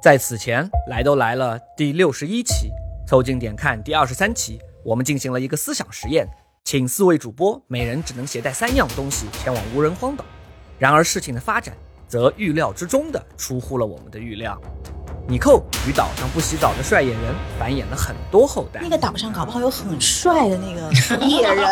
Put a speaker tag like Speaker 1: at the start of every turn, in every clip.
Speaker 1: 在此前，来都来了第六十一期，凑近点看第二十三期，我们进行了一个思想实验，请四位主播每人只能携带三样东西前往无人荒岛。然而事情的发展则预料之中的出乎了我们的预料。尼寇与岛上不洗澡的帅野人繁衍了很多后代
Speaker 2: 那。个岛上搞不好有很帅的那个野 人，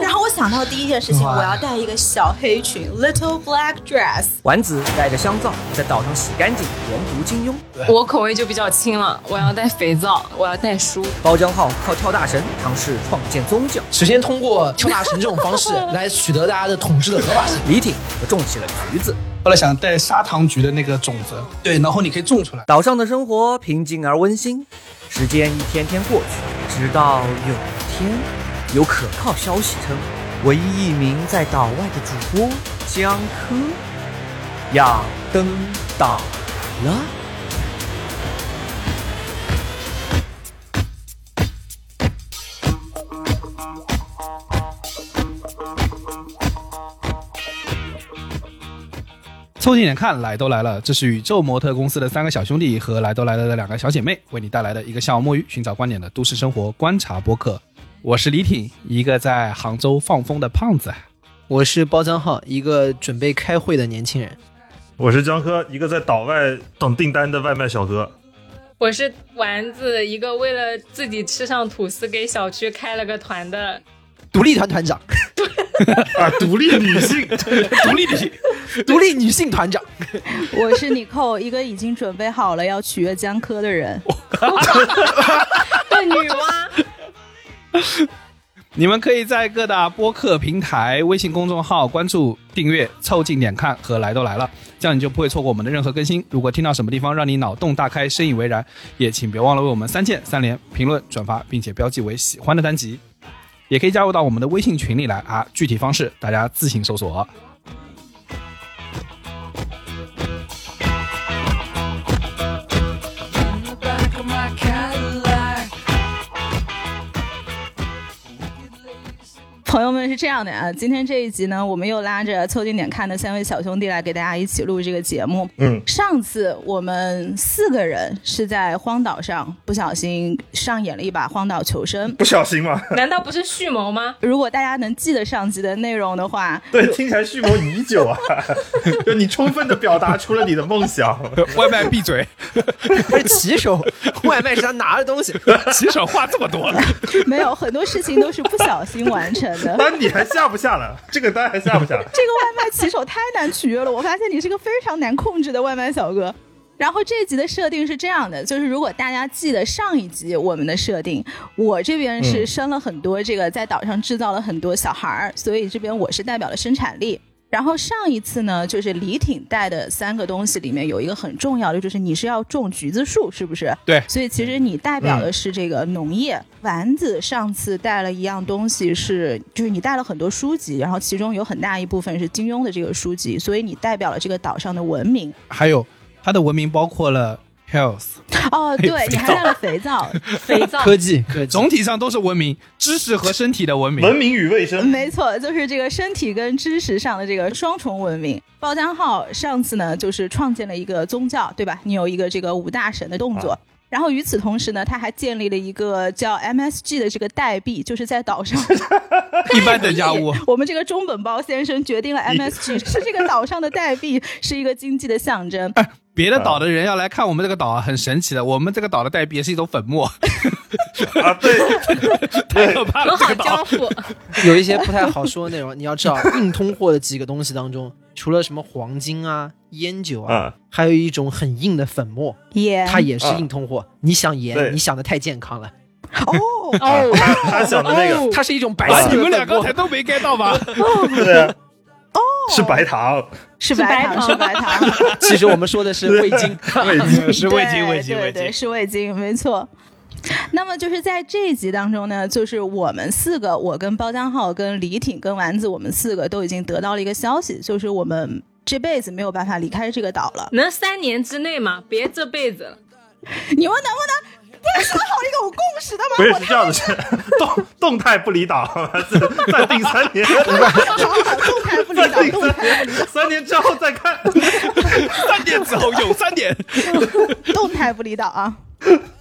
Speaker 2: 然后我想到第一件事情，我要带一个小黑裙，little black dress。
Speaker 1: 丸子带着香皂在岛上洗干净，研读金庸；
Speaker 3: 我口味就比较轻了，我要带肥皂，我要带书。
Speaker 1: 包浆号靠跳大神尝试创建宗教；
Speaker 4: 首先通过跳大神这种方式来取得大家的统治的合法性。
Speaker 1: 李挺则种起了橘子。
Speaker 5: 后来想带砂糖橘的那个种子，对，然后你可以种出来。
Speaker 1: 岛上的生活平静而温馨，时间一天天过去，直到有一天，有可靠消息称，唯一一名在岛外的主播江科要登岛了。
Speaker 5: 凑近点看，来都来了，这是宇宙模特公司的三个小兄弟和来都来了的两个小姐妹为你带来的一个下午摸鱼、寻找观点的都市生活观察播客。我是李挺，一个在杭州放风的胖子。
Speaker 4: 我是包浆号，一个准备开会的年轻人。
Speaker 6: 我是江科，一个在岛外等订单的外卖小哥。
Speaker 3: 我是丸子，一个为了自己吃上吐司给小区开了个团 的。
Speaker 4: 独立团团长，
Speaker 6: 啊，独立女性，
Speaker 4: 独立女性，独立女性团长，
Speaker 7: 我是你寇，一个已经准备好了要取悦江科的人。
Speaker 3: 笨女娲，
Speaker 5: 你们可以在各大播客平台、微信公众号关注、订阅、凑近点看和来都来了，这样你就不会错过我们的任何更新。如果听到什么地方让你脑洞大开、深以为然，也请别忘了为我们三键三连、评论、转发，并且标记为喜欢的单集。也可以加入到我们的微信群里来啊，具体方式大家自行搜索。
Speaker 7: 朋友们是这样的啊，今天这一集呢，我们又拉着凑近点看的三位小兄弟来给大家一起录这个节目。
Speaker 6: 嗯，
Speaker 7: 上次我们四个人是在荒岛上不小心上演了一把荒岛求生。
Speaker 6: 不小心嘛，
Speaker 3: 难道不是蓄谋 吗？
Speaker 7: 如果大家能记得上集的内容的话，
Speaker 6: 对，听起来蓄谋已久啊， 就你充分的表达出了你的梦想。
Speaker 5: 外卖闭嘴，
Speaker 4: 不是骑手， 外卖是他拿的东西。
Speaker 5: 骑手话这么多，
Speaker 7: 没有很多事情都是不小心完成 的。
Speaker 6: 单你还下不下了？这个单还下不 下了？
Speaker 7: 这个外卖骑手太难取悦了，我发现你是个非常难控制的外卖小哥。然后这一集的设定是这样的，就是如果大家记得上一集我们的设定，我这边是生了很多这个在岛上制造了很多小孩儿，所以这边我是代表了生产力。然后上一次呢，就是李挺带的三个东西里面有一个很重要的，就是你是要种橘子树，是不是？
Speaker 5: 对
Speaker 7: 所以其实你代表的是这个农业。丸子上次带了一样东西是，就是你带了很多书籍，然后其中有很大一部分是金庸的这个书籍，所以你代表了这个岛上的文明。
Speaker 5: 还有它的文明包括了 health。
Speaker 7: 哦，对，你还带了肥皂，
Speaker 3: 肥皂。
Speaker 4: 科技，科技，
Speaker 5: 总体上都是文明，知识和身体的文明。
Speaker 6: 文明与卫生，
Speaker 7: 没错，就是这个身体跟知识上的这个双重文明。包浆号上次呢，就是创建了一个宗教，对吧？你有一个这个五大神的动作。然后与此同时呢，他还建立了一个叫 MSG 的这个代币，就是在岛上
Speaker 5: 一般的家务，
Speaker 7: 我们这个中本包先生决定了 MSG 是这个岛上的代币，是一个经济的象征。
Speaker 5: 别的岛的人要来看我们这个岛啊，很神奇的。我们这个岛的代币也是一种粉 末，
Speaker 6: 啊，对，
Speaker 5: 太可怕了。
Speaker 3: 很好交 付，
Speaker 4: 有一些不太好说的内容，你要知道，硬通货的几个东西当中，除了什么黄金啊、烟酒
Speaker 5: 嗯
Speaker 4: 啊，
Speaker 6: 啊，
Speaker 4: 还有一种很硬的粉末，
Speaker 7: 盐
Speaker 4: 它也是硬通货。你想
Speaker 6: 对
Speaker 4: 盐，你想的太健康了，
Speaker 7: 哦，
Speaker 6: 啊他他想的那
Speaker 3: 哦
Speaker 6: 个，
Speaker 4: 它是一种白
Speaker 5: 啊，
Speaker 4: 色
Speaker 5: 你
Speaker 4: 的
Speaker 5: 们
Speaker 4: 粉
Speaker 5: 俩刚
Speaker 4: 末。
Speaker 5: 才都没 get 到吧？
Speaker 6: 对啊，是白糖，
Speaker 7: 是白糖，是
Speaker 3: 是
Speaker 7: 白 糖，
Speaker 4: 其实我们说的是味 精，
Speaker 5: 味精是味
Speaker 7: 对
Speaker 5: 精，味精，
Speaker 7: 对
Speaker 5: 味
Speaker 7: 对，
Speaker 5: 精。
Speaker 7: 是味精，没错。那么就是在这一集当中呢，就是我们四个，我跟包浆浩、跟李挺、跟丸子，我们四个都已经得到了一个消息，就是我们这辈子没有办法离开这个岛了。
Speaker 3: 能三年之内吗？别这辈子了。
Speaker 7: 你们能不能不能商好一个有共识的吗？
Speaker 6: 不是是这样的，是 动动态不离岛， 暂定 三 年，
Speaker 7: 好好好，动弹不离岛，动弹不离岛。
Speaker 6: 三年之后再看。
Speaker 5: 三点之后有三点，
Speaker 7: 动态不离岛啊。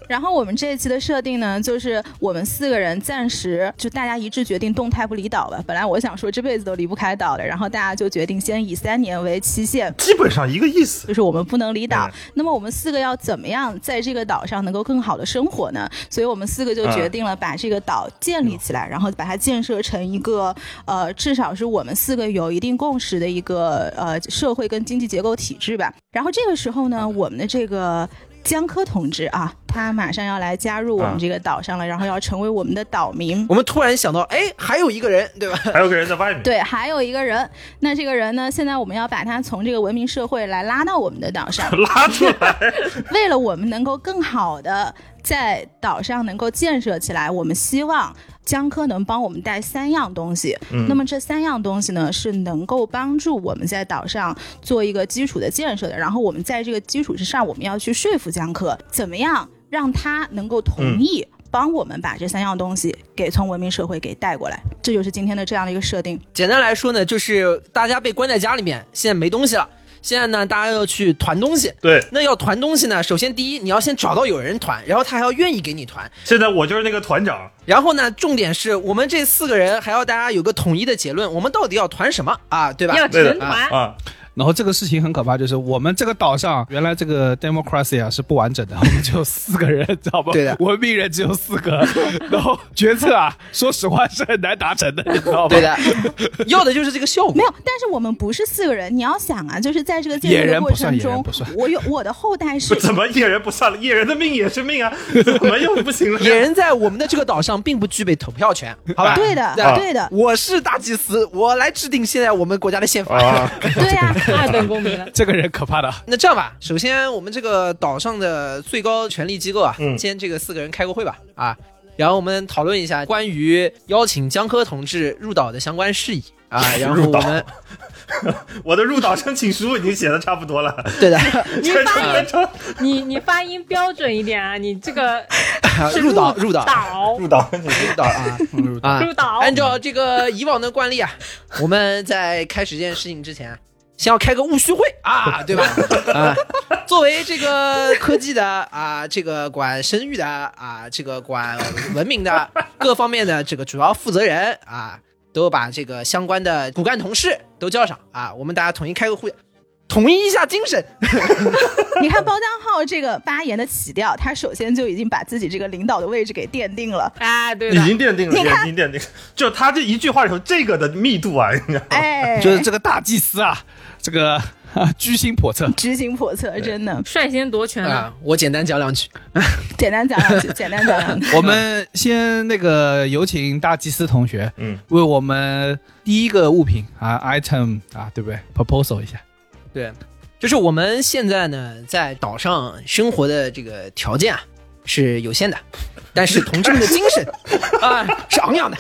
Speaker 7: 然后我们这一期的设定呢，就是我们四个人暂时就大家一致决定动态不离岛吧。本来我想说这辈子都离不开岛的，然后大家就决定先以三年为期限，
Speaker 6: 基本上一个意思。
Speaker 7: 就是我们不能离岛。那么我们四个要怎么样在这个岛上能够更好的生活呢？所以我们四个就决定了把这个岛建立起来，然后把它建设成一个呃，至少是我们四个有一定共识的一个呃社会跟经济结构体制吧。然后这个时候呢，我们的这个。江科同志啊，他马上要来加入我们这个岛上了，然后要成为我们的岛民。
Speaker 4: 我们突然想到，哎，还有一个人，对吧？
Speaker 6: 还有个人在外面，
Speaker 7: 对，还有一个人，那这个人呢，现在我们要把他从这个文明社会来拉到我们的岛上，
Speaker 6: 拉出来，
Speaker 7: 为了我们能够更好的在岛上能够建设起来，我们希望江科能帮我们带三样东西。
Speaker 5: 嗯
Speaker 7: 那么这三样东西呢，是能够帮助我们在岛上做一个基础的建设的。然后我们在这个基础之上，我们要去说服江科，怎么样让他能够同
Speaker 5: 嗯
Speaker 7: 意帮我们把这三样东西给从文明社会给带过来。这就是今天的这样的一个设定。
Speaker 4: 简单来说呢，就是大家被关在家里面，现在没东西了。现在呢，大家要去团东西。
Speaker 6: 对
Speaker 4: 那要团东西呢，首先第一，你要先找到有人团，然后他还要愿意给你团。
Speaker 6: 现在我就是那个团长，
Speaker 4: 然后呢，重点是我们这四个人还要大家有个统一的结论，我们到底要团什么啊？对吧？
Speaker 3: 要
Speaker 6: 对
Speaker 3: 成
Speaker 6: 的
Speaker 3: 团，
Speaker 6: 啊，
Speaker 5: 然后这个事情很可怕，就是我们这个岛上原来这个 democracy 啊是不完整的，我们只有四个人，知道吧？
Speaker 4: 对的
Speaker 5: 文明人只有四个，然后决策啊，说实话是很难达成的，你知道吧？
Speaker 4: 对的，要的就是这个效果
Speaker 7: 没。有，但是我们不是四个人。你要想啊，就是在这个
Speaker 5: 野
Speaker 7: 建设
Speaker 5: 人
Speaker 7: 的过
Speaker 5: 不算
Speaker 7: 程
Speaker 5: 野人
Speaker 7: 中
Speaker 5: 不算，
Speaker 7: 我有我的后代是
Speaker 6: 不怎么一人不算了，一人的命也是 命啊，怎么又不行了？
Speaker 4: 野人在我们的这个岛上并不具备投票权，好吧？
Speaker 7: 对的，
Speaker 4: 啊
Speaker 7: 对 的，
Speaker 4: 我是大祭司，我来制定现在我们国家的宪法。
Speaker 6: 啊，
Speaker 7: 对呀、
Speaker 3: 二等公民了。
Speaker 5: 这个人可怕的，
Speaker 4: 那这样吧，首先我们这个岛上的最高权力机构啊，
Speaker 6: 嗯
Speaker 4: 先这个四个人开个会吧，啊，然后我们讨论一下关于邀请江科同志入岛的相关事宜啊，然后
Speaker 6: 入
Speaker 4: 我
Speaker 6: 岛
Speaker 4: 们
Speaker 6: 我的入岛申请书已经写的差不多了，
Speaker 4: 对 的，
Speaker 3: 你
Speaker 6: 这
Speaker 3: 发
Speaker 6: 这
Speaker 3: 音，
Speaker 6: 这
Speaker 3: 你你发音标准一点啊！你这个是
Speaker 4: 入岛入
Speaker 3: 入
Speaker 4: 岛
Speaker 3: 岛
Speaker 6: 入岛申请书
Speaker 4: 入岛啊啊，
Speaker 3: 入岛
Speaker 4: 按照这个以往的惯例啊，我们在开始这件事情之前啊，先要开个务虚会啊， 对吧？啊，作为这个科技的啊，这个管生育的啊，这个管文明的各方面的这个主要负责人啊，都把这个相关的骨干同事都叫上啊，我们大家统一开个会，统一一下精神。
Speaker 7: 你看包浆浩这个发言的起调，他首先就已经把自己这个领导的位置给奠定了。
Speaker 3: 啊，对
Speaker 6: 已
Speaker 3: 的，
Speaker 6: 经奠定了，已经奠定了，就他这一句话里头这个的密度啊，你知道
Speaker 7: 哎，
Speaker 5: 就是这个大祭司啊，这个、啊、居心叵测。
Speaker 7: 知行叵测，真的。
Speaker 3: 率先夺权了。
Speaker 4: 啊，我简单讲两句。
Speaker 7: 简单讲两句，简单讲两句。
Speaker 5: 我们先那个有请大祭司同学，
Speaker 6: 嗯，
Speaker 5: 为我们第一个物品啊 item 啊，对不对？proposal 一下，
Speaker 4: 对，就是我们现在呢在岛上生活的这个条件啊是有限的，但是同志们的精神啊是昂扬的，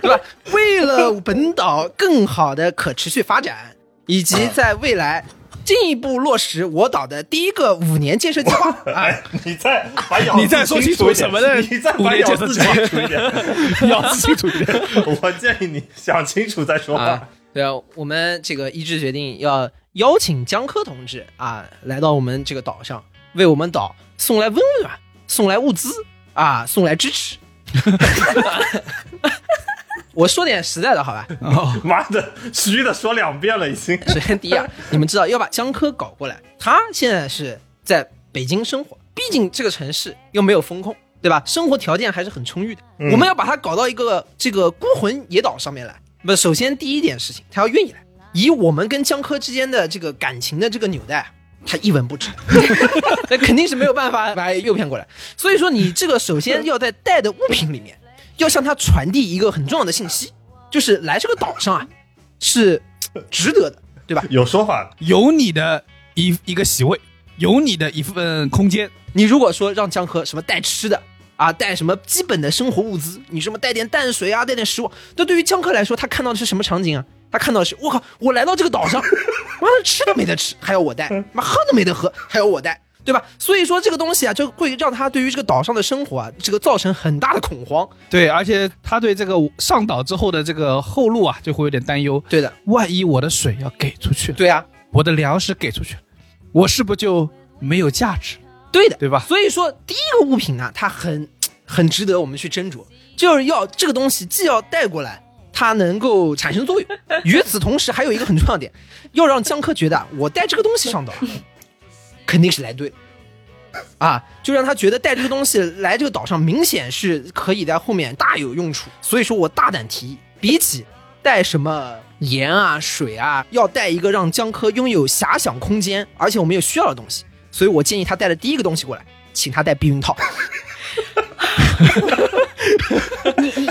Speaker 4: 对吧？为了本岛更好的可持续发展，以及在未来。进一步落实我岛的第一个五年建设计划啊，
Speaker 6: 哎，你再把咬字
Speaker 5: 你再说
Speaker 6: 清
Speaker 5: 清
Speaker 6: 楚
Speaker 5: 楚
Speaker 6: 一点
Speaker 5: 什么的
Speaker 6: 你再把咬字清楚一点。
Speaker 5: 要清楚一点。
Speaker 6: 我建议你想清楚再说
Speaker 4: 啊
Speaker 6: 话。，
Speaker 4: 对啊，我们这个一致决定要邀请江科同志啊，来到我们这个岛上，为我们岛送来温暖，送来物资啊，送来支 持。 我说点实在的，好吧？
Speaker 5: 哦，
Speaker 6: 妈的，虚的说两遍了已经。
Speaker 4: 首先第一啊，你们知道要把江科搞过来，他现在是在北京生活，毕竟这个城市又没有风控，对吧？生活条件还是很充裕的。
Speaker 6: 嗯
Speaker 4: 我们要把他搞到一个这个孤魂野岛上面来。那么首先第一点事情，他要愿意来，以我们跟江科之间的这个感情的这个纽带。啊他一文不值，那肯定是没有办法把他诱骗过来。所以说，你这个首先要在带的物品里面，要向他传递一个很重要的信息，就是来这个岛上啊，是值得的，对吧？
Speaker 6: 有说法的，
Speaker 5: 有你的一一个席位，有你的一份空间，
Speaker 4: 你如果说让江科什么带吃的啊，带什么基本的生活物资，你什么带点淡水啊，带点食物，那对于江科来说，他看到的是什么场景啊？他看到的是我靠，我来到这个岛上， 妈的吃都没得吃，还要我带；妈喝都没得喝，还要我带，对吧？所以说这个东西啊，就会让他对于这个岛上的生活啊，这个造成很大的恐慌。
Speaker 5: 对，而且他对这个上岛之后的这个后路啊，就会有点担忧。
Speaker 4: 对的，
Speaker 5: 万一我的水要给出去了，
Speaker 4: 对啊，
Speaker 5: 我的粮食给出去了，我是不是就没有价值，
Speaker 4: 对的，
Speaker 5: 对吧？
Speaker 4: 所以说，第一个物品呢，它很很值得我们去斟酌，就是要这个东西既要带过来，它能够产生作用。与此同时，还有一个很重要的点， 要让江科觉得我带这个东西上岛， 肯定是来对了。啊，就让他觉得带这个东西来这个岛上，明显是可以在后面大有用处。所以说我大胆提议，比起带什么盐啊、水啊，要带一个让江科拥有遐想空间，而且我们也需要的东西。所以我建议他带的第一个东西过来，请他带避孕 套，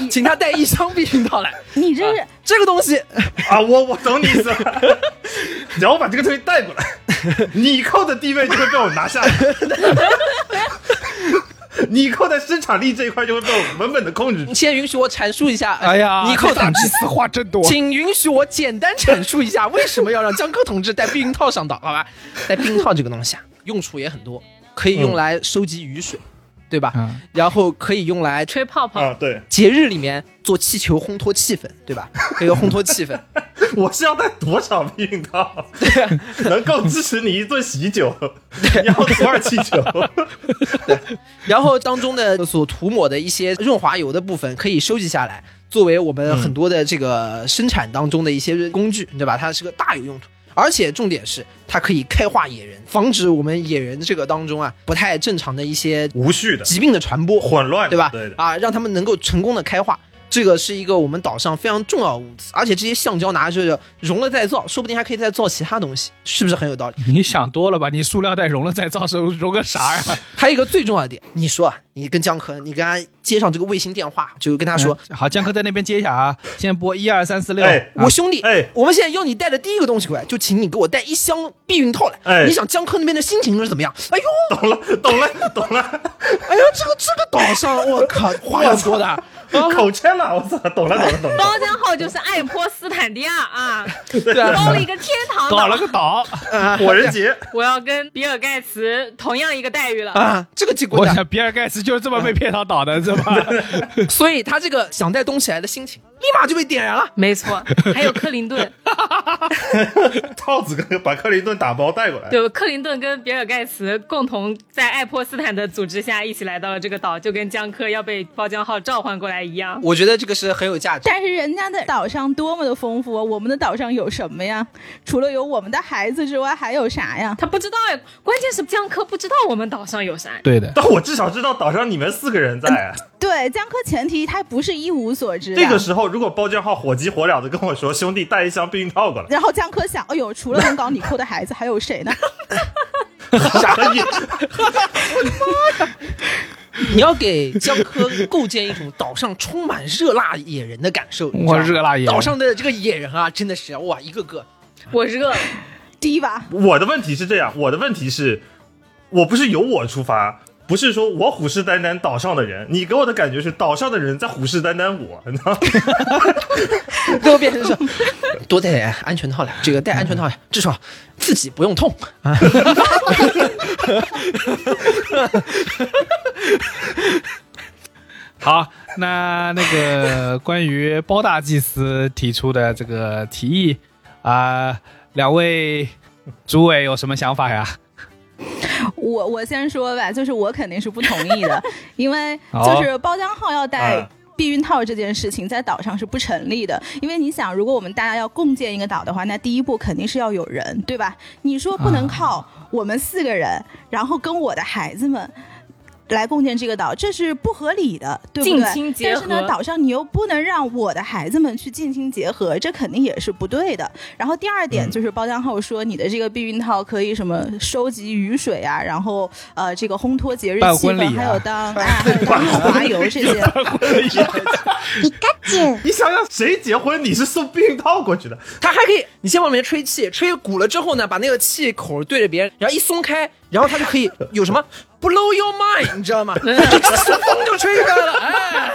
Speaker 4: 请他带一箱避孕套来。
Speaker 7: 你这是
Speaker 4: 这个东西，
Speaker 6: 啊，我我懂你意思了，然后把这个东西带过来，你扣的地位就会被我拿下来， 你扣在生产力这一块就会被我稳稳的控 制住。
Speaker 4: 先允许我阐述一下。
Speaker 5: 哎呀，
Speaker 4: 你扣打
Speaker 5: 胆子此话真多。
Speaker 4: 请允许我简单阐述一下为什么要让江科同志带避孕套上岛，好吧？ 带避孕套这个东西啊，用处也很多，可以用来收集雨水，对吧？
Speaker 5: 嗯
Speaker 4: 然后可以用来
Speaker 3: 吹泡泡，
Speaker 6: 啊，对，
Speaker 4: 节日里面做气球烘托气氛，对吧？可以烘托气氛。
Speaker 6: 我是要带多少避孕套，能够支持你一顿喜酒，你要多少气球？
Speaker 4: 然后当中的所涂抹的一些润滑油的部分可以收集下来，作为我
Speaker 6: 嗯
Speaker 4: 们很多的这个生产当中的一些工具，对吧？它是个大有用途。而且重点是，它可以开化野人，防止我们野人这个当中啊不太正常的一些
Speaker 6: 无序的，
Speaker 4: 疾病的传播，
Speaker 6: 混乱的，
Speaker 4: 对吧？
Speaker 6: 对的，
Speaker 4: 啊，让他们能够成功的开化，这个是一个我们岛上非常重要的物资。而且这些橡胶拿去熔了再造，说不定还可以再造其他东西，是不是很有道理？
Speaker 5: 你想多了吧？你塑料袋融了再造，成融个啥呀？
Speaker 4: 还有一个最重要的点，你说啊，你跟江科，你跟他接上这个卫星电话，就跟他说，
Speaker 5: 好，江科在那边接一下啊，现在拨一二三四六。
Speaker 6: 哎
Speaker 5: 啊
Speaker 4: 我兄弟，
Speaker 6: 哎
Speaker 4: 我们现在要你带的第一个东西过来，就请你给我带一箱避孕套来。
Speaker 6: 哎
Speaker 4: 你想江科那边的心情是怎么样？ 哎呦，
Speaker 6: 懂了，懂了，懂了，
Speaker 4: 哎呦，这个这个岛上，我靠，话要多
Speaker 5: 啊
Speaker 4: 的。
Speaker 6: 口签了，我操，懂了，懂了，懂了。
Speaker 8: 包浆号就是爱泼斯坦迪亚啊，
Speaker 4: 对啊
Speaker 8: 包了一个天堂
Speaker 5: 搞
Speaker 8: 岛。
Speaker 5: 了个岛，
Speaker 6: 火人节，
Speaker 3: 我要跟比尔盖茨同样一个待遇了。
Speaker 4: 啊，这个结 果
Speaker 5: 我
Speaker 4: 呢
Speaker 5: 想比尔盖茨就是这么被骗到岛的，是吧？
Speaker 4: 所以他这个想带东西来的心情，立马就被点燃了。
Speaker 3: 没错，还有克林顿，
Speaker 6: 套子哥把克林顿打包带过来，
Speaker 3: 对，克林顿跟比尔盖茨共同在爱泼斯坦的组织下一起来到了这个岛，就跟江科要被包浆号召唤过来一样。
Speaker 4: 我觉得这个是很有价值。
Speaker 7: 但是人家的岛上多么的丰富，我们的岛上有什么呀？除了有我们的孩子之外，还有啥呀？
Speaker 3: 他不知道哎，关键是江科不知道我们岛上有啥。
Speaker 5: 对的，
Speaker 6: 但我至少知道岛上你们四个人在啊。
Speaker 7: 对，江科前提他不哎是一无所知的。
Speaker 6: 这个时候，如果包浆号火急火燎的跟我说：“兄弟，带一箱避孕套过 来
Speaker 7: 然后江科想，哎呦，除了能搞你 扣的孩子，还有谁呢？！”
Speaker 6: 傻逼，
Speaker 4: 你要给江科构建一种岛上充满热辣野人的感受。你知道吗
Speaker 5: 热辣野人
Speaker 4: 岛上的这个野人啊，真的是哇，一个个
Speaker 3: 我热了，
Speaker 7: 低吧，
Speaker 6: 我的问题是这样，我的问题是，我不是由我出发，不是说我虎视眈眈岛上的人，你给我的感觉是岛上的人在虎视眈眈我， 你知道吗？
Speaker 4: 最后变成是多带点安全套来，这个带安全套来，至少自己不用痛啊。
Speaker 5: 好，那那个关于包大祭司提出的这个提议啊、两位主委有什么想法呀？
Speaker 7: 我我先说吧，就是我肯定是不同意的，因为就是包浆号要带
Speaker 6: 啊。
Speaker 7: 避孕套这件事情在岛上是不成立的，因为你想，如果我们大家要共建一个岛的话，那第一步肯定是要有人，对吧？你说不能靠我们四个人，然后跟我的孩子们来共建这个岛，这是不合理的，对不对？
Speaker 3: 近亲结
Speaker 7: 但
Speaker 3: 合
Speaker 7: 是呢，岛上你又不能让我的孩子们去近亲结合，这肯定也是不对的。然后第二
Speaker 5: 嗯
Speaker 7: 点就是包浆后说你的这个避孕套可以什么收集雨水啊，然后呃这个烘托节日气
Speaker 5: 办婚
Speaker 7: 氛，
Speaker 5: 礼
Speaker 7: 还
Speaker 5: 啊
Speaker 7: 有当啊还有当润滑油这些，
Speaker 6: 你想想，谁结婚你是送避孕套过去的？
Speaker 4: 它还可以，你先往里面吹 气，吹鼓了之后呢，把那个气口对着别人，然后一松开，然后它就可以有什么 blow your mind，你知道 吗？就风就吹出来了，哎，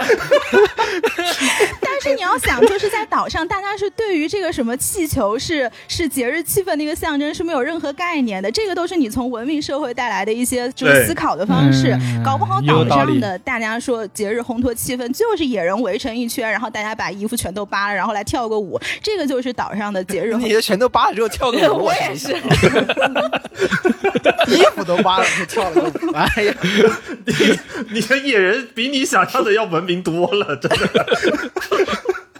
Speaker 7: 但是你要想，就是在岛上，大家是对于这个什么气球是 是节日气氛的一个象征是没有任何概念的，这个都是你从文明社会带来的一些就是
Speaker 6: 对
Speaker 7: 思考的方式。
Speaker 5: 嗯
Speaker 7: 搞不好
Speaker 5: 有
Speaker 7: 岛
Speaker 5: 道
Speaker 7: 上
Speaker 5: 理
Speaker 7: 的大家说节日烘托气氛就是野人围成一圈，然后大家把衣服全都扒了，然后来跳个舞，这个就是岛上的 节日
Speaker 4: 你的全都扒了之后跳个舞，我也是， 衣服都扒了就跳了个舞，哎呀，
Speaker 6: 你的野人比你想象的要文明多了，真的。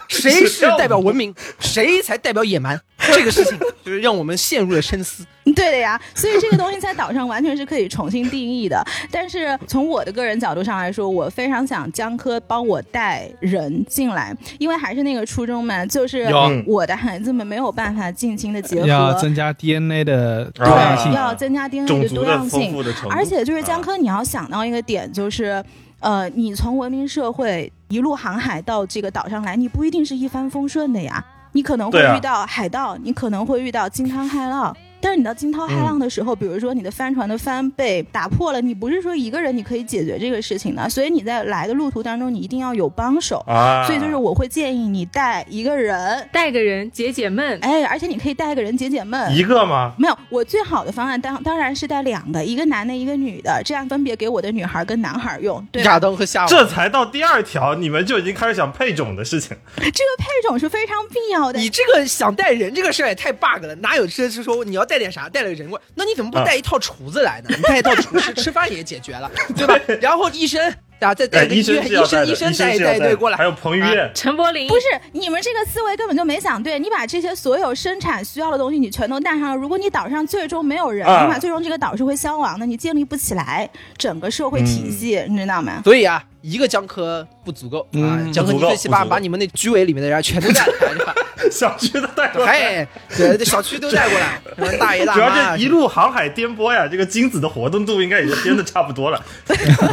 Speaker 4: 谁是代表文明，谁才代表野蛮，这个事情就是让我们陷入了深思。
Speaker 7: 对的呀，所以这个东西在岛上完全是可以重新定义的。 但是从我的个人角度上来说，我非常想江科帮我带人进来，因为还是那个初衷嘛，就是
Speaker 5: 有
Speaker 7: 我的孩子们没有办法尽情的结
Speaker 5: 要
Speaker 7: 合，
Speaker 5: 增加 DNA 的多样
Speaker 6: 啊
Speaker 5: 性
Speaker 7: 对，。要增加 DNA
Speaker 6: 种
Speaker 7: 的
Speaker 6: 族
Speaker 7: 多
Speaker 6: 的
Speaker 7: 样
Speaker 6: 丰
Speaker 7: 性
Speaker 6: 富。的程度，啊
Speaker 7: 而且就是江科，你要想到一个点，就是，呃，你从文明社会一路航海到这个岛上来，你不一定是一帆风顺的呀。你可能会
Speaker 6: 对啊
Speaker 7: 遇到海盗，你可能会遇到惊涛骇浪。但是你到惊涛骇
Speaker 6: 嗯
Speaker 7: 浪的时候，比如说你的帆船的帆被打破了，你不是说一个人你可以解决这个事情的，所以你在来的路途当中，你一定要有帮手。
Speaker 6: 啊，
Speaker 7: 所以就是我会建议你带一个人，
Speaker 3: 带个人解解闷，
Speaker 7: 哎，而且你可以带一个人解解闷。
Speaker 6: 一个吗？
Speaker 7: 没有，我最好的方案当当然是带两个，一个男的，一个女的，这样分别给我的女孩跟男孩用，对吧？
Speaker 4: 亚当和夏娃，
Speaker 6: 这才到第二条，你们就已经开始想配种的事情。
Speaker 7: 这个配种是非常必要的。
Speaker 4: 你这个想带人这个事儿也太 bug 了，哪有这是说你要带点啥，带了人过来，那你怎么不带一套厨子来呢？你带一套厨师， 吃饭也解决了，对吧？然后医生啊，再带
Speaker 6: 哎，
Speaker 4: 一个
Speaker 6: 医
Speaker 4: 医
Speaker 6: 生
Speaker 4: 院
Speaker 6: 是
Speaker 4: 医
Speaker 6: 要带
Speaker 4: 生
Speaker 6: 的，
Speaker 4: 医
Speaker 6: 医
Speaker 4: 生
Speaker 6: 生
Speaker 4: 带一
Speaker 6: 是
Speaker 4: 带
Speaker 6: 要
Speaker 4: 一
Speaker 6: 带
Speaker 4: 队
Speaker 6: 的
Speaker 4: 过来，啊
Speaker 6: 还有彭于晏，
Speaker 3: 陈柏霖
Speaker 7: 不是你们这个思维根本就没想对，你把这些所有生产需要的东西你全都带上了。如果你岛上最终没有人的话，
Speaker 6: 啊
Speaker 7: 最终这个岛是会消亡的，你建立不起来整个社会体系，你知道吗？
Speaker 4: 所以啊，一个江科不足够啊
Speaker 5: 嗯，
Speaker 4: 江科
Speaker 6: 不
Speaker 4: 你
Speaker 6: 足够
Speaker 4: 最起码
Speaker 6: 不足够
Speaker 4: 把你们那居委里面的人全都带过来 对吧，
Speaker 6: 小区的带过来。
Speaker 4: 哎，对，这小区都带过 来，什么大爷大
Speaker 6: 主
Speaker 4: 妈
Speaker 6: 要
Speaker 4: 啊，
Speaker 6: 这一路航海颠簸呀，这个精子的活动度应该也是颠的差不多了，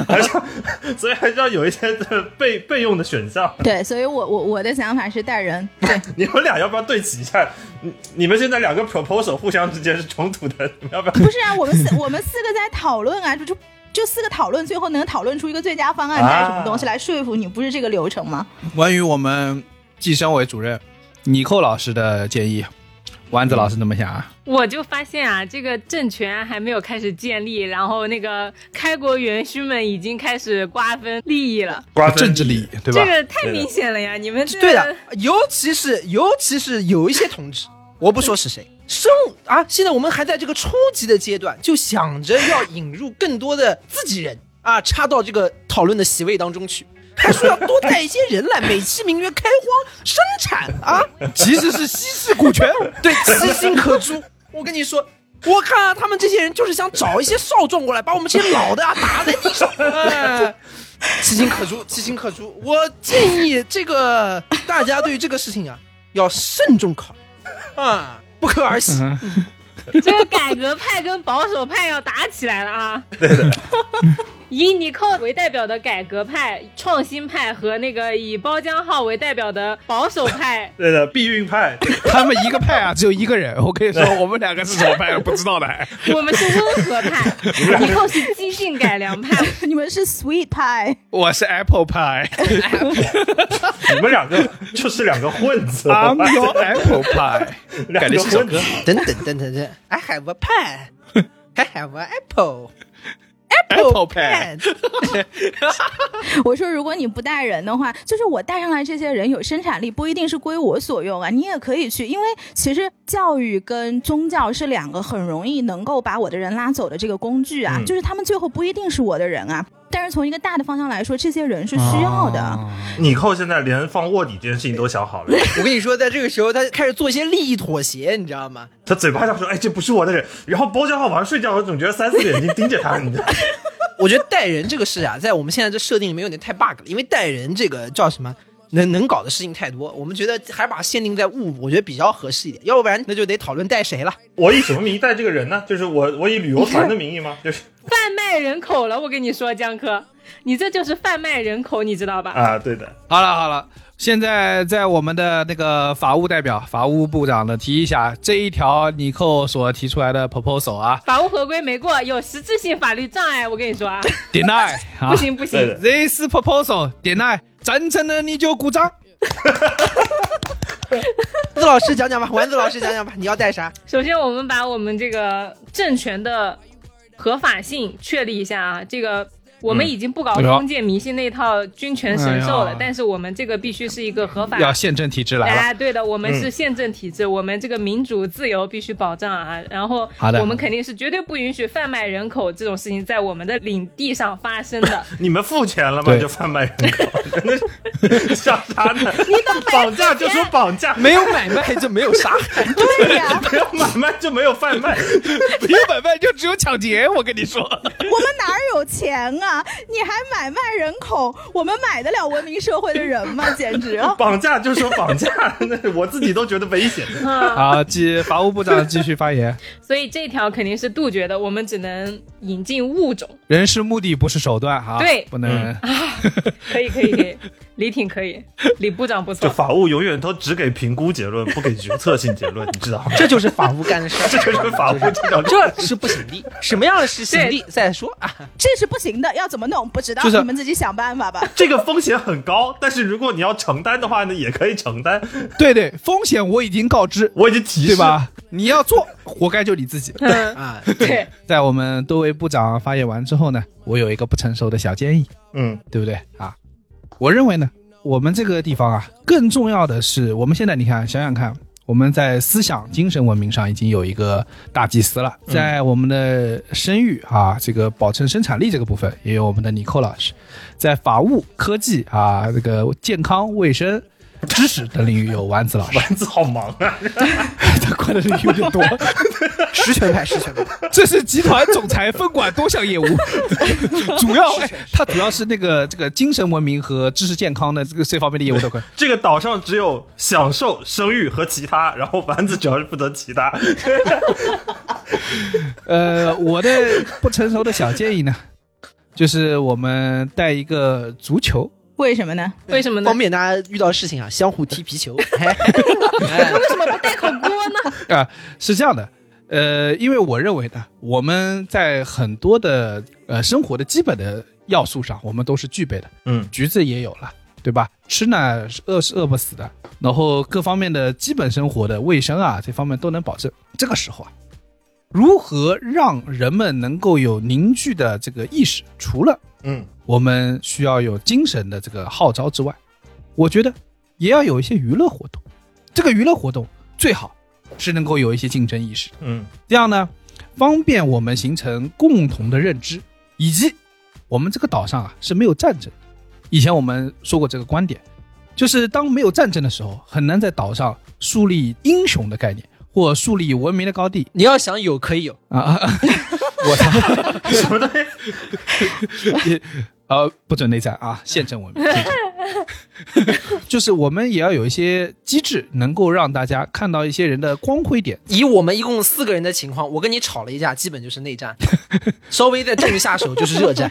Speaker 6: 还是所以还是要 有一些呃备备用的选项。
Speaker 7: 对，所以我我我的想法是带人， 对，
Speaker 6: 你们俩要不要对齐一下？你你们现在两个 proposal 互相之间是冲突的，你们要不要？
Speaker 7: 不是啊，我们四我们四个在讨论啊，就就就四个讨论，最后能讨论出一个最佳方案，带什么东西来说服你，不是这个流程吗？
Speaker 5: 关于我们计生委主任尼寇老师的建议，丸子老师怎么想啊？
Speaker 3: 我就发现啊，这个政权还没有开始建立，然后那个开国元勋们已经开始瓜分利益了，
Speaker 6: 瓜
Speaker 5: 政治利益，对吧
Speaker 3: 这？个太
Speaker 6: 对的，
Speaker 3: 明显了呀！你们这
Speaker 4: 对的，尤其是尤其是有一些同志，我不说是谁，生啊，现在我们还在这个初级的阶段，就想着要引入更多的自己人啊，插到这个讨论的席位当中去。还说要多带一些人来，美其名曰开荒生产啊，
Speaker 5: 其实是稀释股权，
Speaker 4: 对，其心可诛。我跟你说，我看啊，他们这些人就是想找一些少壮过来，把我们这些老的啊打在地上。哎其心可诛，其心可诛。我建议这个大家对于这个事情啊，要慎重考虑啊，不可儿
Speaker 5: 嗯
Speaker 4: 戏。
Speaker 3: 这个改革派跟保守派要打起来了啊！对的， 以尼寇为代表的改革派、创新派和那个以包浆浩为代表的保守派
Speaker 6: 对的，避孕派，
Speaker 5: 他们一个派啊，只有一个人。我跟你说，我们两个是什么派啊不知道的。
Speaker 3: 我们是温和派，尼寇是激进改良派。
Speaker 7: 你们是 sweet pie，
Speaker 5: 我是 Apple 派
Speaker 6: 你们两个就是两个混子。
Speaker 5: ，I'm your Apple 派。
Speaker 6: 两
Speaker 5: 感觉
Speaker 6: 个
Speaker 5: 是首
Speaker 6: 混
Speaker 5: 歌
Speaker 6: 子，
Speaker 4: 等等等等等，I have a pen, I have an apple, apple
Speaker 5: Apple pen
Speaker 4: pen。
Speaker 7: 我说如果你不带人的话，就是我带上来这些人有生产力，不一定是归我所用啊，你也可以去，因为其实教育跟宗教是两个很容易能够把我的人拉走的这个工具啊，
Speaker 6: 嗯
Speaker 7: 就是他们最后不一定是我的人啊。但是从一个大的方向来说，这些人是需要的。
Speaker 6: 你寇现在连放卧底这件事情都想好了，
Speaker 4: 我跟你说，在这个时候，他开始做一些利益妥协，你知道吗？
Speaker 6: 他嘴巴上说：“哎，这不是我的人。”然后包浆浩晚上睡觉，我总觉得三四个眼睛盯着他，你知道吗？
Speaker 4: 我觉得带人这个事啊，在我们现在这设定里面有点太 bug 了，因为带人这个叫什么？能能搞的事情太多，我们觉得还是把它限定在物，我觉得比较合适一点，要不然那就得讨论带谁了。
Speaker 6: 我以什么名义带这个人呢？就是我，我以旅游团的名义吗？就是
Speaker 3: 贩卖人口了，我跟你说，江科，你这就是贩卖人口，你知道吧？
Speaker 6: 啊，对的，
Speaker 5: 好了好了，现在在我们的那个法务代表、法务部长的提议下，这一条尼寇所提出来的 proposal 啊
Speaker 3: 法务合规没过，有实质性法律障碍，我跟你说啊，
Speaker 5: ，deny 啊
Speaker 3: 不行不
Speaker 6: 对
Speaker 3: 行，
Speaker 6: 的，
Speaker 5: ，this proposal deny，赞成的你就鼓掌。
Speaker 4: 丸子老师讲讲吧，丸子老师讲讲吧，你要带啥？
Speaker 3: 首先，我们把我们这个政权的合法性确立一下啊。这个我们已经不搞
Speaker 5: 哎呦
Speaker 3: 封建迷信那套君权神授
Speaker 5: 哎
Speaker 3: 了
Speaker 5: 呀，
Speaker 3: 但是我们这个必须是一个合法。
Speaker 5: 要宪政体制来了，
Speaker 3: 哎，对的，我们是宪政体制，我们这个民主自由必须保障啊。然后
Speaker 5: 嗯好的
Speaker 3: 我们肯定是绝对不允许贩卖人口这种事情在我们的领地上发生 的。
Speaker 6: 你们付钱了吗？
Speaker 5: 对
Speaker 6: 就贩卖人口，真的是 想啥呢？绑架就说绑架，
Speaker 4: 没有买卖就没 有杀害，
Speaker 7: 对 呀，
Speaker 6: 没有买卖就没有贩卖。
Speaker 5: 没有买卖就只有抢劫。我跟你说，
Speaker 7: 我们哪儿有钱啊？你还买卖人口？我们买得了文明社会的人吗？简直！哦
Speaker 6: 绑架就说绑架，那 我自己都觉得危险。
Speaker 5: 好，继法务部长继续发言。
Speaker 3: 所以这条肯定是杜绝的，我们只能引进物种。
Speaker 5: 人是目的，不是手段哈。
Speaker 3: 对
Speaker 5: 不能。
Speaker 3: 嗯可以可以可以，李挺可以，李部长不
Speaker 6: 就
Speaker 3: 错。
Speaker 6: 法务永远都只给评估结论，不给决策性结论，你知道吗？
Speaker 4: 这就是法务干的事儿。
Speaker 6: 这就是法务这条路。
Speaker 4: 这 是不行的，什么样的是行的再说啊？
Speaker 7: 这是不行的，要怎么弄不知道，
Speaker 5: 就是
Speaker 7: 你们自己想办法吧。
Speaker 6: 这个风险很高，但是如果你要承担的话呢，也可以承担。
Speaker 5: 对对，风险我已经告知，
Speaker 6: 我已经提示
Speaker 5: 对？吧？你要做，活该就你自己。
Speaker 4: 啊，
Speaker 3: 对，
Speaker 5: 在我们多位部长发言完之后呢，我有一个不成熟的小建议，
Speaker 6: 嗯，
Speaker 5: 对不对啊？我认为呢，我们这个地方啊，更重要的是，我们现在你看，想想看，我们在思想精神文明上已经有一个大祭司了，在我们的生育啊，这个保证生产力这个部分，也有我们的尼寇老师，在法务、科技啊，这个健康、卫生、知识等领域有丸子老师，
Speaker 6: 丸子好忙啊，
Speaker 5: 他管的领域有点多，
Speaker 4: 实权派，实权派，
Speaker 5: 这是集团总裁分管多项 业务，主要、哎、他主要是那个这个精神文明和知识健康的这个这方面的业务都 管。
Speaker 6: 这个岛上只有享受、生育和其他，然后丸子主要是负责其他。
Speaker 5: 呃，我的不成熟的小建议呢，就是我们带一个足球，
Speaker 7: 为什么呢？
Speaker 3: 为什么呢
Speaker 4: 方？便大家遇到事情啊，相互踢皮球。 哎
Speaker 3: 为什么不带口锅呢？
Speaker 5: 是这样的。呃，因为我认为呢，我们在很多的呃生活的基本的要素上，我们都是具备的。
Speaker 6: 嗯，
Speaker 5: 橘子也有了，对吧？吃呢是饿是饿不死的，然后各方面的基本生活的卫生啊这方面都能保证。这个时候啊，如何让人们能够有凝聚的这个意识，除了
Speaker 6: 嗯
Speaker 5: 我们需要有精神的这个号召之外，我觉得也要有一些娱乐活动。这个娱乐活动最好是能够有一些竞争意识，
Speaker 6: 嗯
Speaker 5: 这样呢，方便我们形成共同的认知，以及我们这个岛上啊是没有战争的。以前我们说过这个观点，就是当没有战争的时候，很难在岛上树立英雄的概念或树立文明的高地
Speaker 4: 你要想有可以有，
Speaker 5: 啊啊！ 啊我操，
Speaker 6: 什么东西？
Speaker 5: 呃，不准内战啊，宪政文明。宪政就是我们也要有一些机制，能够让大家看到一些人的光辉点。
Speaker 4: 以我们一共四个人的情况，我跟你吵了一架，基本就是内 战，稍微再动一下手就是热 战。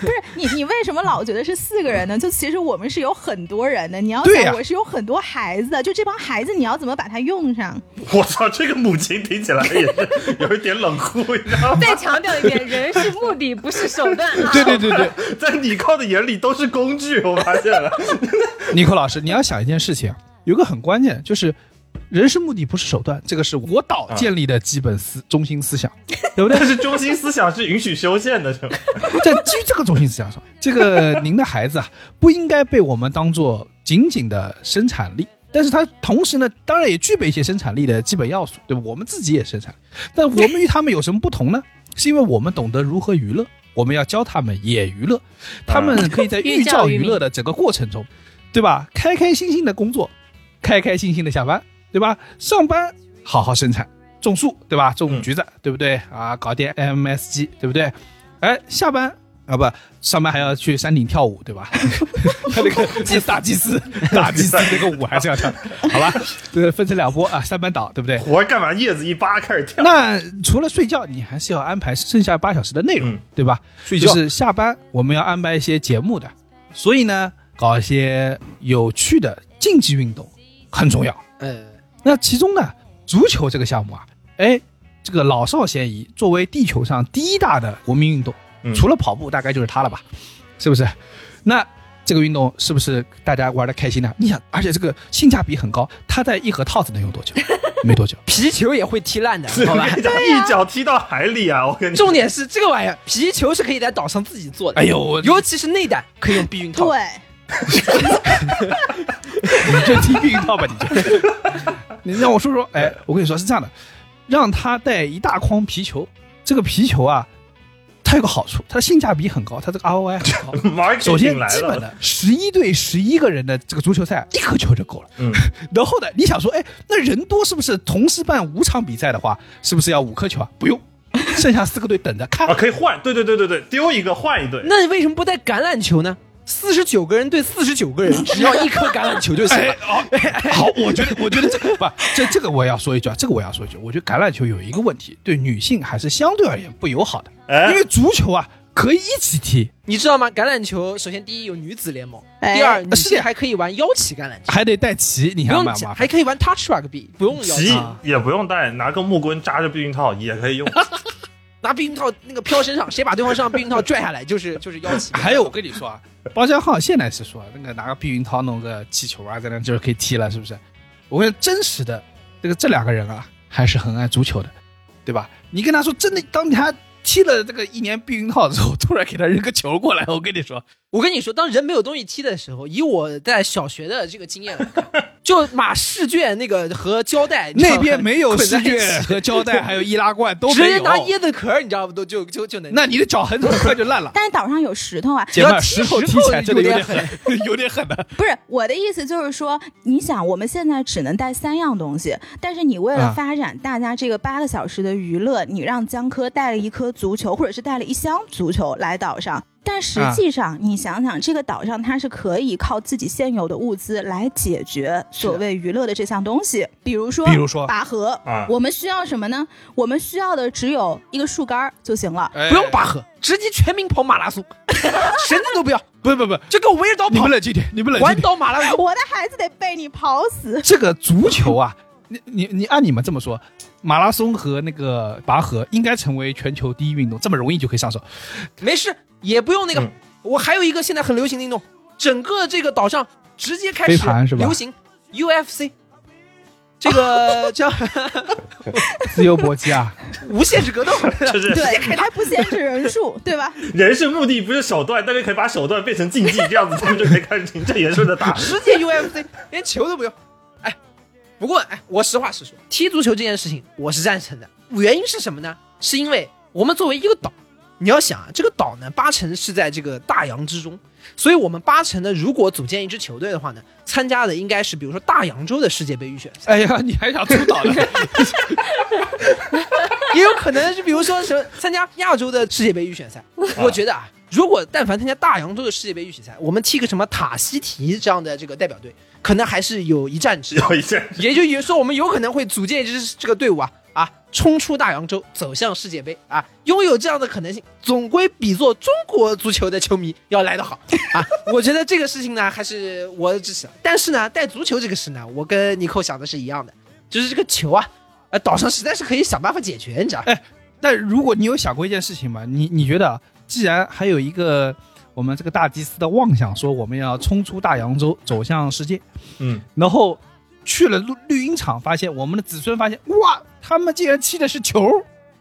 Speaker 7: 不是你，你为什么老觉得是四个人呢？就其实我们是有很多人的。你要
Speaker 5: 对呀
Speaker 7: 想，我是有很多孩子的，就这帮孩子，你要怎么把它用上？
Speaker 6: 我操，这个母亲听起来也是 有一点冷酷，你知道 吗？
Speaker 3: 再强调一遍，人是目的，不是手段啊！
Speaker 5: 对对对对，
Speaker 6: 在你靠的眼里都是工具，我发现了。
Speaker 5: 尼克老师，你要想一件事情，有一个很关键，就是人是目的，不是手段，这个是我岛建立的基本思、中心思想，对不对
Speaker 6: 但？是中心思想是允许修宪的，是吗？
Speaker 5: 在基 于这个中心思想上，这个您的孩子啊，不应该被我们当做仅仅的生产力。但是他同时呢，当然也具备一些生产力的基本要素，对吧？我们自己也生产，但我们与他们有什么不同呢？是因为我们懂得如何娱乐，我们要教他们也娱乐，他们可以在嗯 寓教于乐的整个过程中，对吧？开开心心的工作，开开心心的下班，对吧？上班好好生产，种树，对
Speaker 6: 嗯
Speaker 5: 吧？种橘子，对不对？啊，搞点 MSG，对不对？哎，下班啊不，上班还要去山顶跳舞， 对吧？他那个大祭司，大祭司那个舞还是要 跳的，好吧？对，分成两波啊，三班倒，对不对？
Speaker 6: 活干嘛？叶子一扒开始跳。
Speaker 5: 那除了睡觉，你还是要安排剩下八小时的内容，
Speaker 6: 嗯
Speaker 5: 对吧？
Speaker 6: 睡
Speaker 5: 就是下班我们要安排一些节目的，所以呢，搞一些有趣的竞技运动很重要。
Speaker 4: 嗯，
Speaker 5: 那其中呢，足球这个项目啊，哎，这个老少咸宜，作为地球上第一大的国民运动，
Speaker 6: 嗯
Speaker 5: 除了跑步，大概就是它了吧，是不是？那这个运动是不是大家玩的开心呢？你想，而且这个性价比很高，它在一盒套子能用多 久？没多久。
Speaker 4: 皮球也会踢烂的，好
Speaker 6: 我
Speaker 4: 吧
Speaker 6: 跟？你讲，一脚踢到海里啊！我跟你
Speaker 4: 重点是这个玩意儿，皮球是可以在岛上自己做的。
Speaker 5: 哎呦，我
Speaker 4: 尤其是内胆可以用避孕套，
Speaker 7: 对，
Speaker 5: 你就踢避孕套吧，你就。你让我说说，哎，我跟你说是这样的，让他带一大筐皮球，这个皮球啊，它有个好处，它的性价比很高，它这个 ROI 很高。
Speaker 6: Mark
Speaker 5: 首先
Speaker 6: 进来，
Speaker 5: 基本
Speaker 6: 了，
Speaker 5: 的十一对十一个人的这个足球赛，一颗球就够了。
Speaker 6: 嗯，
Speaker 5: 然后呢，你想说，哎，那人多是不是同时办五场比赛的话，是不是要五颗球啊？不用，剩下四个队等着看
Speaker 6: 啊，。可以换，对对对对对，丢一个换一对。
Speaker 4: 那你为什么不带橄榄球呢？四十九个人对四十九个 人，只要一颗橄榄球就行了
Speaker 5: 哎。，好，好，我觉得，我觉得这个不，这这个我要说一句啊，这个我要说一句，我觉得橄榄球有一个问题，对女性还是相对而言不友好的，
Speaker 6: 哎
Speaker 5: 因为足球啊可以一起踢，
Speaker 4: 你知道吗？橄榄球首先第一有女子联盟，
Speaker 7: 哎。
Speaker 4: 第二女
Speaker 5: 是
Speaker 4: 性还可以玩腰旗橄榄球，
Speaker 5: 还得带旗，哎你
Speaker 4: 不
Speaker 5: 想
Speaker 4: 用
Speaker 5: 蛮
Speaker 4: 讲
Speaker 5: 麻
Speaker 4: 还
Speaker 5: 烦。
Speaker 4: 可以玩 touch rugby，不用腰
Speaker 6: 旗
Speaker 4: 旗，
Speaker 5: 啊
Speaker 6: 也不用带，拿个木棍扎着避孕套也可以用。
Speaker 4: 拿避孕套那个飘身上，谁把对方身上避孕套拽下来， 就是就是腰旗。
Speaker 5: 还有，我跟你说啊，包厢号现在是说那个拿个避孕套弄个气球啊，在那就是可以踢了，是不是？我跟你说真实的这个这两个人啊，还是很爱足球的，对吧？你跟他说真的，当他踢了这个一年避孕套之后，突然给他扔个球过来，我跟你说，
Speaker 4: 我跟你说，当人没有东西踢的时候，以我在小学的这个经验来 看，就把试卷那个和胶带
Speaker 5: 那边没有
Speaker 4: 捆在
Speaker 5: 试
Speaker 4: 一起
Speaker 5: 卷和胶带，还有易拉罐都
Speaker 4: 直
Speaker 5: 没
Speaker 4: 接
Speaker 5: 有。
Speaker 4: 拿椰子壳儿，你知道不？都就就就能。
Speaker 5: 那你的脚很很快就烂 了
Speaker 7: 但是岛上有石头啊，
Speaker 5: 姐妹儿，
Speaker 4: 踢
Speaker 5: 石头
Speaker 4: 石
Speaker 5: 踢
Speaker 4: 头
Speaker 5: 起来真的
Speaker 4: 有
Speaker 5: 有
Speaker 4: 点
Speaker 5: 点狠， 有点狠的。
Speaker 7: 不是我的意思，就是说，你想，我们现在只能带三样东西，但是你为了
Speaker 5: 啊
Speaker 7: 发展大家这个八个小时的娱乐，你让江科带了一颗足球，或者是带了一箱足球来岛上。但实
Speaker 5: 啊
Speaker 7: 际上，你想想，这个岛上它是可以靠自己现有的物资来解决所谓娱乐的这项东西，比如说，
Speaker 5: 比如说
Speaker 7: 拔河。
Speaker 6: 啊
Speaker 7: 我们需要什么呢？我们需要的只有一个树干儿就行了。
Speaker 5: 不
Speaker 4: 不用拔，河，直接全民跑马拉松， 绳子都不要，
Speaker 5: 不不不，
Speaker 4: 就给我围着岛
Speaker 5: 你
Speaker 4: 跑
Speaker 5: 们，冷静点，你们冷静
Speaker 4: 环
Speaker 5: 点。
Speaker 4: 岛马拉松。
Speaker 7: 我的孩子得被你跑死。
Speaker 5: 这个足球啊，你你你按你们这么说，马拉松和那个拔河应该成为全球第一运动，这么容易就可以上手。
Speaker 4: 没事，也不用那个。
Speaker 6: 嗯
Speaker 4: 我还有一个现在很流行的运动，整个这个岛上直接开始
Speaker 5: 飞盘是吧
Speaker 4: 流行 UFC，这 个叫
Speaker 5: 自由搏击啊，
Speaker 4: 无限制格斗。
Speaker 6: 就是
Speaker 7: 对，还不限制人数，对吧？
Speaker 6: 人是目的，不是手段，但是可以把手段变成竞技，这样子他们就可以开始名正言顺的打。
Speaker 4: 直接 UFC，连球都不用。哎，不过哎，我实话实说，踢足球这件事情我是赞成的。原因是什么呢？是因为我们作为一个岛，你要想啊，这个岛呢八成是在这个大洋之中，所以我们八成呢如果组建一支球队的话呢，参加的应该是比如说大洋洲的世界杯预选 赛，
Speaker 5: 哎呀，你还想出岛呢？
Speaker 4: 也有可能是比如说什么参加亚洲的世界杯预选赛。我觉得啊，如果但凡参加大洋洲的世界杯预选赛，我们踢个什么塔西提这样的这个代表队，可能还是有一战之
Speaker 6: 有一些
Speaker 4: 也就也说我们有可能会组建一支这个队伍啊啊，冲出大洋洲，走向世界杯啊，拥有这样的可能性，总归比做中国足球的球迷要来得好啊。我觉得这个事情呢，还是我支持。但是呢，带足球这个事呢，我跟尼寇想的是一样的，就是这个球啊，呃，岛上实在是可以想办法解决，你知道吧？
Speaker 5: 那如果你有想过一件事情吗？你你觉得啊，既然还有一个我们这个大祭司的妄想，说我们要冲出大洋洲，走向世界，
Speaker 6: 嗯，
Speaker 5: 然后去了绿绿茵场，发现我们的子孙发现，哇，他们竟然踢的是球，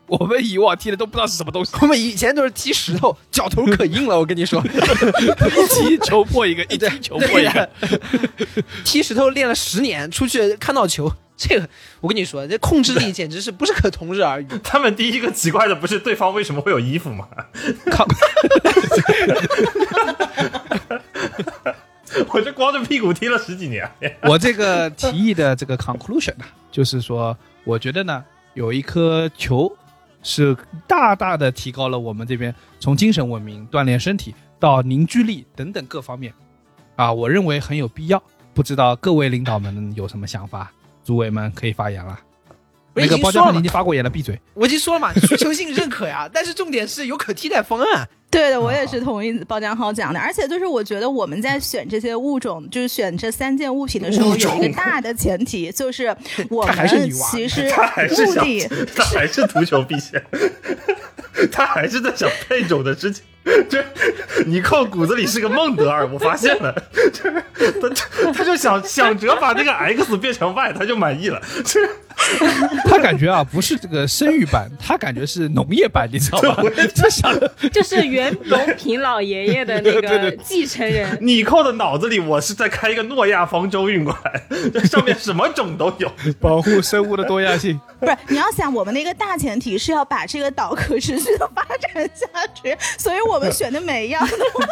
Speaker 5: 我们以往踢的都不知道是什么东 西
Speaker 4: ，我们以前都是踢石头，脚头可硬了，我跟你说，
Speaker 5: 一踢球破一个，一踢球破一个，
Speaker 4: 踢石头练了十年，出去看到球。这个，我跟你说，这控制力简直是不是可同日而语。
Speaker 6: 他们第一个奇怪的不是对方为什么会有衣服吗？
Speaker 5: 靠，
Speaker 6: 我这光着屁股踢了十几年。
Speaker 5: 我这个提议的这个 conclusion 呢，就是说，我觉得呢，有一颗球是大大的提高了我们这边从精神文明、锻炼身体到凝聚力等等各方面，啊，我认为很有必要。不知道各位领导们有什么想法？诸位们可以发言了。
Speaker 4: 我
Speaker 5: 那
Speaker 4: 已
Speaker 5: 个
Speaker 4: 经
Speaker 5: 包
Speaker 4: 说
Speaker 5: 浆汉
Speaker 4: 了
Speaker 5: 你已
Speaker 4: 嘛，
Speaker 5: 经发过言了，闭嘴。
Speaker 4: 我已经说了 嘛，需求性认可 呀，但是重点是有可替代方案。
Speaker 7: 对的，我也是同意包江浩讲的，而且就是我觉得我们在选这些物种，就是选这三件物品的时候，
Speaker 6: 物种
Speaker 7: 有一个大的前提就是我
Speaker 5: 他还是
Speaker 7: 们
Speaker 5: 女娲
Speaker 7: 其实
Speaker 6: 他还是
Speaker 7: 目
Speaker 6: 想
Speaker 7: 的，
Speaker 6: 他还是图求避嫌， 他还是在想配种的事情。这尼寇骨子里是个孟德尔，我发现了，这他他就想想着把那个 X 变成 Y，他就满意了。这
Speaker 5: 他感觉啊，不是这个生育版，他感觉是农业版，你知道吗？他想的
Speaker 3: 就是袁隆平老爷爷的那
Speaker 5: 对对
Speaker 3: 个继 承人，
Speaker 6: 尼寇的脑子里，我是在开一个诺亚方舟运馆，这上面什么种都有。
Speaker 5: 保护生物的多样 性。
Speaker 7: 不是你要想我们的一个大前提是要把这个岛可持续的发展下去，所以我们选的每一样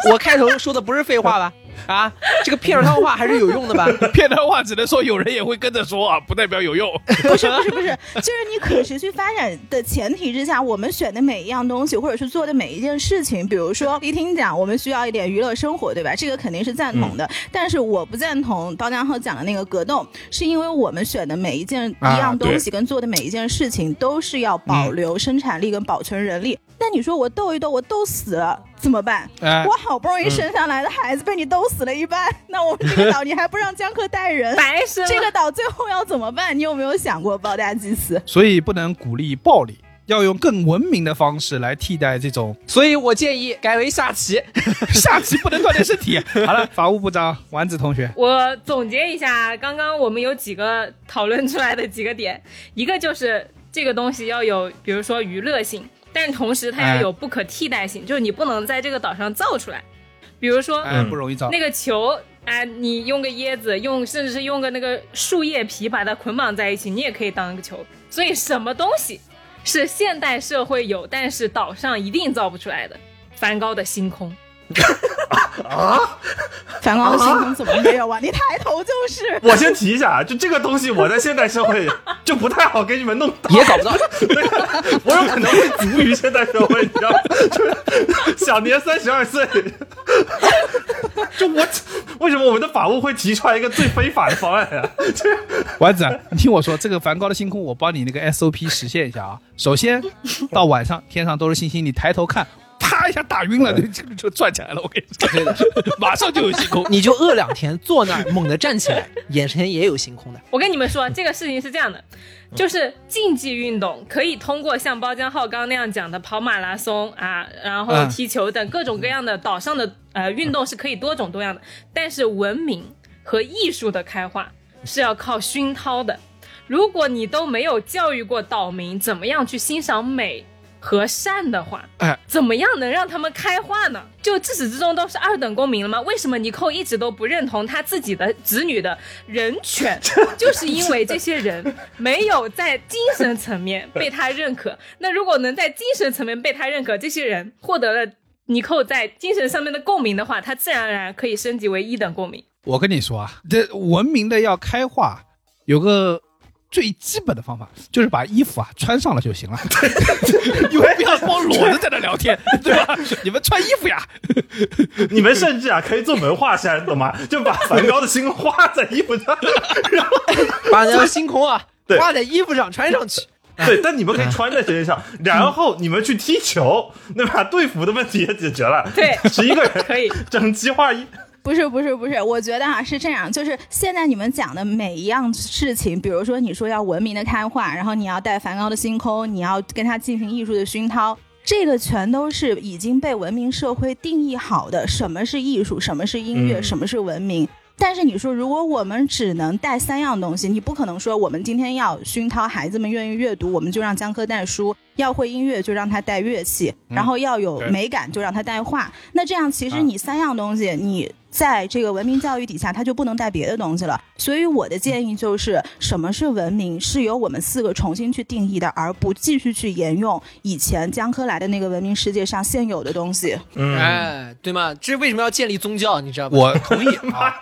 Speaker 7: 都
Speaker 4: 我开头说的不是废话吧？啊，这个片儿汤话还是有用的 吧？
Speaker 5: 片段话只能说有人也会跟着说啊，不代表有用。
Speaker 7: 不是不是不是，就是你可持续发展的前提之下，我们选的每一样东西，或者是做的每一件事情，比如说迪厅讲，我们需要一点娱乐生活，对吧？这个肯定是赞同的。
Speaker 5: 嗯
Speaker 7: 但是我不赞同包江浩讲的那个格斗，是因为我们选的每一件一
Speaker 5: 啊
Speaker 7: 样东
Speaker 5: 对嗯
Speaker 7: 西跟做的每一件事情，都是要保留生产力跟保存人力。那你说我斗一斗，我斗死了怎么办？
Speaker 5: 哎
Speaker 7: 我好不容易生上来的孩子被你斗死了一半，那我们这个岛你还不让江克带 人？
Speaker 3: 白生了
Speaker 7: 这个岛最后要怎么办？你有没有想过抱大祭司？
Speaker 5: 所以不能鼓励暴力，要用更文明的方式来替代这 种
Speaker 4: 所以我建议改为下棋。
Speaker 5: 下棋不能锻炼身 体。好了，法务部长丸子同学，
Speaker 3: 我总结一下，刚刚我们有几个讨论出来的几个点，一个就是这个东西要有，比如说娱乐性，但同时它
Speaker 5: 哎
Speaker 3: 要有不可替代性，就是你不能在这个岛上造出来。比如说、
Speaker 5: 哎，
Speaker 6: 嗯
Speaker 5: 不容易造。
Speaker 3: 那个球，哎、你用个椰子，用甚至是用个那个树叶皮把它捆绑在一起，你也可以当一个球。所以什么东西是现代社会有，但是岛上一定造不出来的？梵高的星空。
Speaker 7: 梵高的星空怎么没有啊？你抬头就是。
Speaker 6: 我先提一下啊，就这个东西，我在现代社会就不太好给你们弄到，
Speaker 4: 也搞不到。
Speaker 6: 我有可能会足于现代社会，你知道吗？ 就是享年三十二岁。就我为什么我们的法务会提出来一个最非法的方案啊？
Speaker 5: 丸子，你听我说，这个梵高的星空，我帮你那个 SOP 实现一下啊。首先，到晚上天上都是星星，你抬头看，啪一下打晕了， 就就就转起来了。我跟 你说，马上嗯就有星空。
Speaker 4: 你就饿两天，坐那儿猛地站起来，眼神也有星空的。
Speaker 3: 我跟你们说，这个事情是这样的，就是竞技运动可以通过像包江浩刚那样讲的跑马拉松啊，然后
Speaker 5: 嗯
Speaker 3: 踢球等各种各样的岛上的呃运动是可以多种多样的，但是文明和艺术的开化是要靠熏陶的。如果你都没有教育过岛民怎么样去欣赏美和善的话，
Speaker 5: 哎
Speaker 3: 怎么样能让他们开化呢？就至始至终都是二等公民了吗？为什么尼寇一直都不认同他自己的子女的人 权？就是因为这些人没有在精神层面被他认可。那如果能在精神层面被他认可，这些人获得了尼寇在精神上面的共鸣的话，他自然而然可以升级为一等公民。
Speaker 5: 我跟你说啊，这文明的要开化，有个最基本的方法，就是把衣服啊穿上了就 行了。你们不要光裸着在那聊天， 对吧？你们穿衣服 呀。
Speaker 6: 你们甚至啊可以做文化衫，懂吗？就把梵高的星画在衣服上， 然后
Speaker 4: 把那个星空啊
Speaker 6: 对
Speaker 4: 挂在衣服上穿上去。
Speaker 6: 对，但你们可以穿在身上，然后你们去踢球，对吧？队服的问题也解决了，
Speaker 3: 对
Speaker 6: 十一个人
Speaker 3: 可以
Speaker 6: 整齐划一，
Speaker 7: 不是不是不是，我觉得啊是这样，就是现在你们讲的每一样事情，比如说你说要文明的开化，然后你要带梵高的星空，你要跟他进行艺术的熏陶，这个全都是已经被文明社会定义好的，什么是艺术，什么是音乐，
Speaker 6: 嗯
Speaker 7: 什么是文明。但是你说，如果我们只能带三样东西，你不可能说我们今天要熏陶孩子们愿意阅读，我们就让江科带书；要会音乐就让他带乐器，然后要有
Speaker 5: 对
Speaker 7: 美感就让他带画。那这样其实
Speaker 5: 啊
Speaker 7: 你三样东西，你在这个文明教育底下，他就不能带别的东西了。所以我的建议就是，什么是文明，是由我们四个重新去定义的，而不继续去沿用以前江科来的那个文明世界上现有的东西。
Speaker 6: 嗯，
Speaker 4: 哎，对吗？这为什么要建立宗教？你知道吧？
Speaker 5: 我同意啊，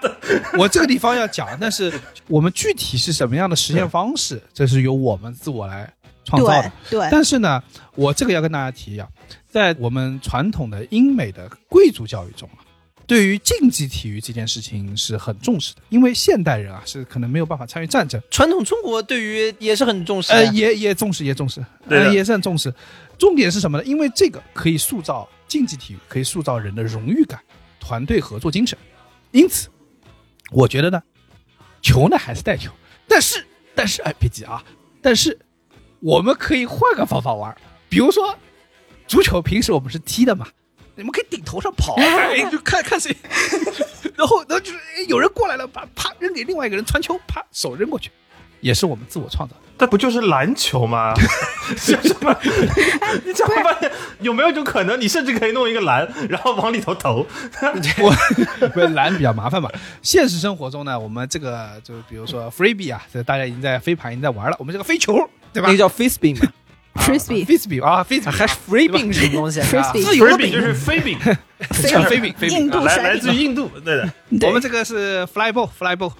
Speaker 5: 我这个地方要讲，但是我们具体是什么样的实现方式，这是由我们自我来创造
Speaker 7: 对
Speaker 5: 的。
Speaker 7: 对，
Speaker 5: 但是呢，我这个要跟大家提一下，在我们传统的英美的贵族教育中啊，对于竞技体育这件事情是很重视的，因为现代人啊是可能没有办法参与战争，
Speaker 4: 传统中国对于也是很重视的。
Speaker 5: 呃，也也重视，也重视，
Speaker 6: 对的
Speaker 5: 呃，也是很重视。重点是什么呢？因为这个可以塑造竞技体育，可以塑造人的荣誉感、团队合作精神。因此，我觉得呢，球呢还是带球，但是但是哎，别急啊，但是我们可以换个方法玩儿，比如说足球，平时我们是踢的嘛，你们可以顶头上跑，哎，就看看谁。然后，然后就是哎有人过来了，把啪扔给另外一个人传球，啪手扔过去，也是我们自我创造的。
Speaker 6: 那不就是篮 球吗？是什么？
Speaker 5: 哎
Speaker 6: 你讲了半天，有没有一种可能，你甚至可以弄一个篮，然后往里头投？
Speaker 5: 我 不是懒比较麻烦嘛。现实生活中呢，我们这个就比如说 freebie 啊，这大家已经在飞盘已经在玩了，我们这个飞球对吧啊
Speaker 4: 那个叫 face beam 嘛，
Speaker 7: frisbee
Speaker 5: ？frisbee 啊，frisbee
Speaker 4: 还是 free beam 是什么东西啊？
Speaker 7: frisbee
Speaker 6: 自由饼就是飞饼，
Speaker 5: 叫飞饼飞饼
Speaker 7: 印
Speaker 5: 啊。
Speaker 7: 度
Speaker 6: 来
Speaker 7: 甩
Speaker 6: 来
Speaker 7: 饼
Speaker 6: 自印度，对的，
Speaker 7: 对
Speaker 5: 我们这个是 fly ball fly ball。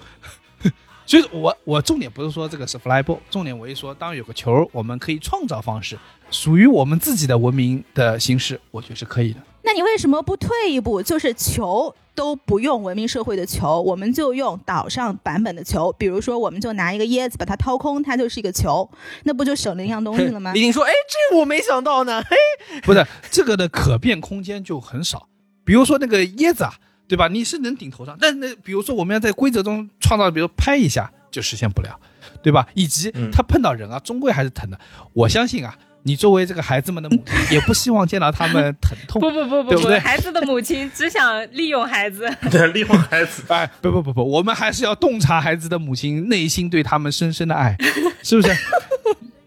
Speaker 5: 所以说我我重点不是说这个是 fly ball，重点我一说，当有个球，我们可以创造方式，属于我们自己的文明的形式，我觉得是可以的。
Speaker 7: 那你为什么不退一步？就是球都不用文明社会的球，我们就用岛上版本的球。比如说，我们就拿一个椰子把它掏空，它就是一个球，那不就省了一样东西了吗
Speaker 4: 李？宁说：“哎，这我没想到呢。嘿，
Speaker 5: 不是这个的可变空间就很少。比如说那个椰子啊，对吧？你是能顶头上，但是那比如说我们要在规则中创造，比如拍一下就实现不了，对吧？以及
Speaker 6: 嗯
Speaker 5: 他碰到人啊，终归还是疼的。我相信啊，你作为这个孩子们的母亲，也不希望见到他们疼痛。
Speaker 3: 不不不
Speaker 5: 对
Speaker 3: 不
Speaker 5: 不
Speaker 3: 不
Speaker 5: 对，
Speaker 3: 孩子的母亲只想利用孩子，
Speaker 6: 对，利用孩子。
Speaker 5: 哎，不不不不，我们还是要洞察孩子的母亲内心对他们深深的爱，是不是？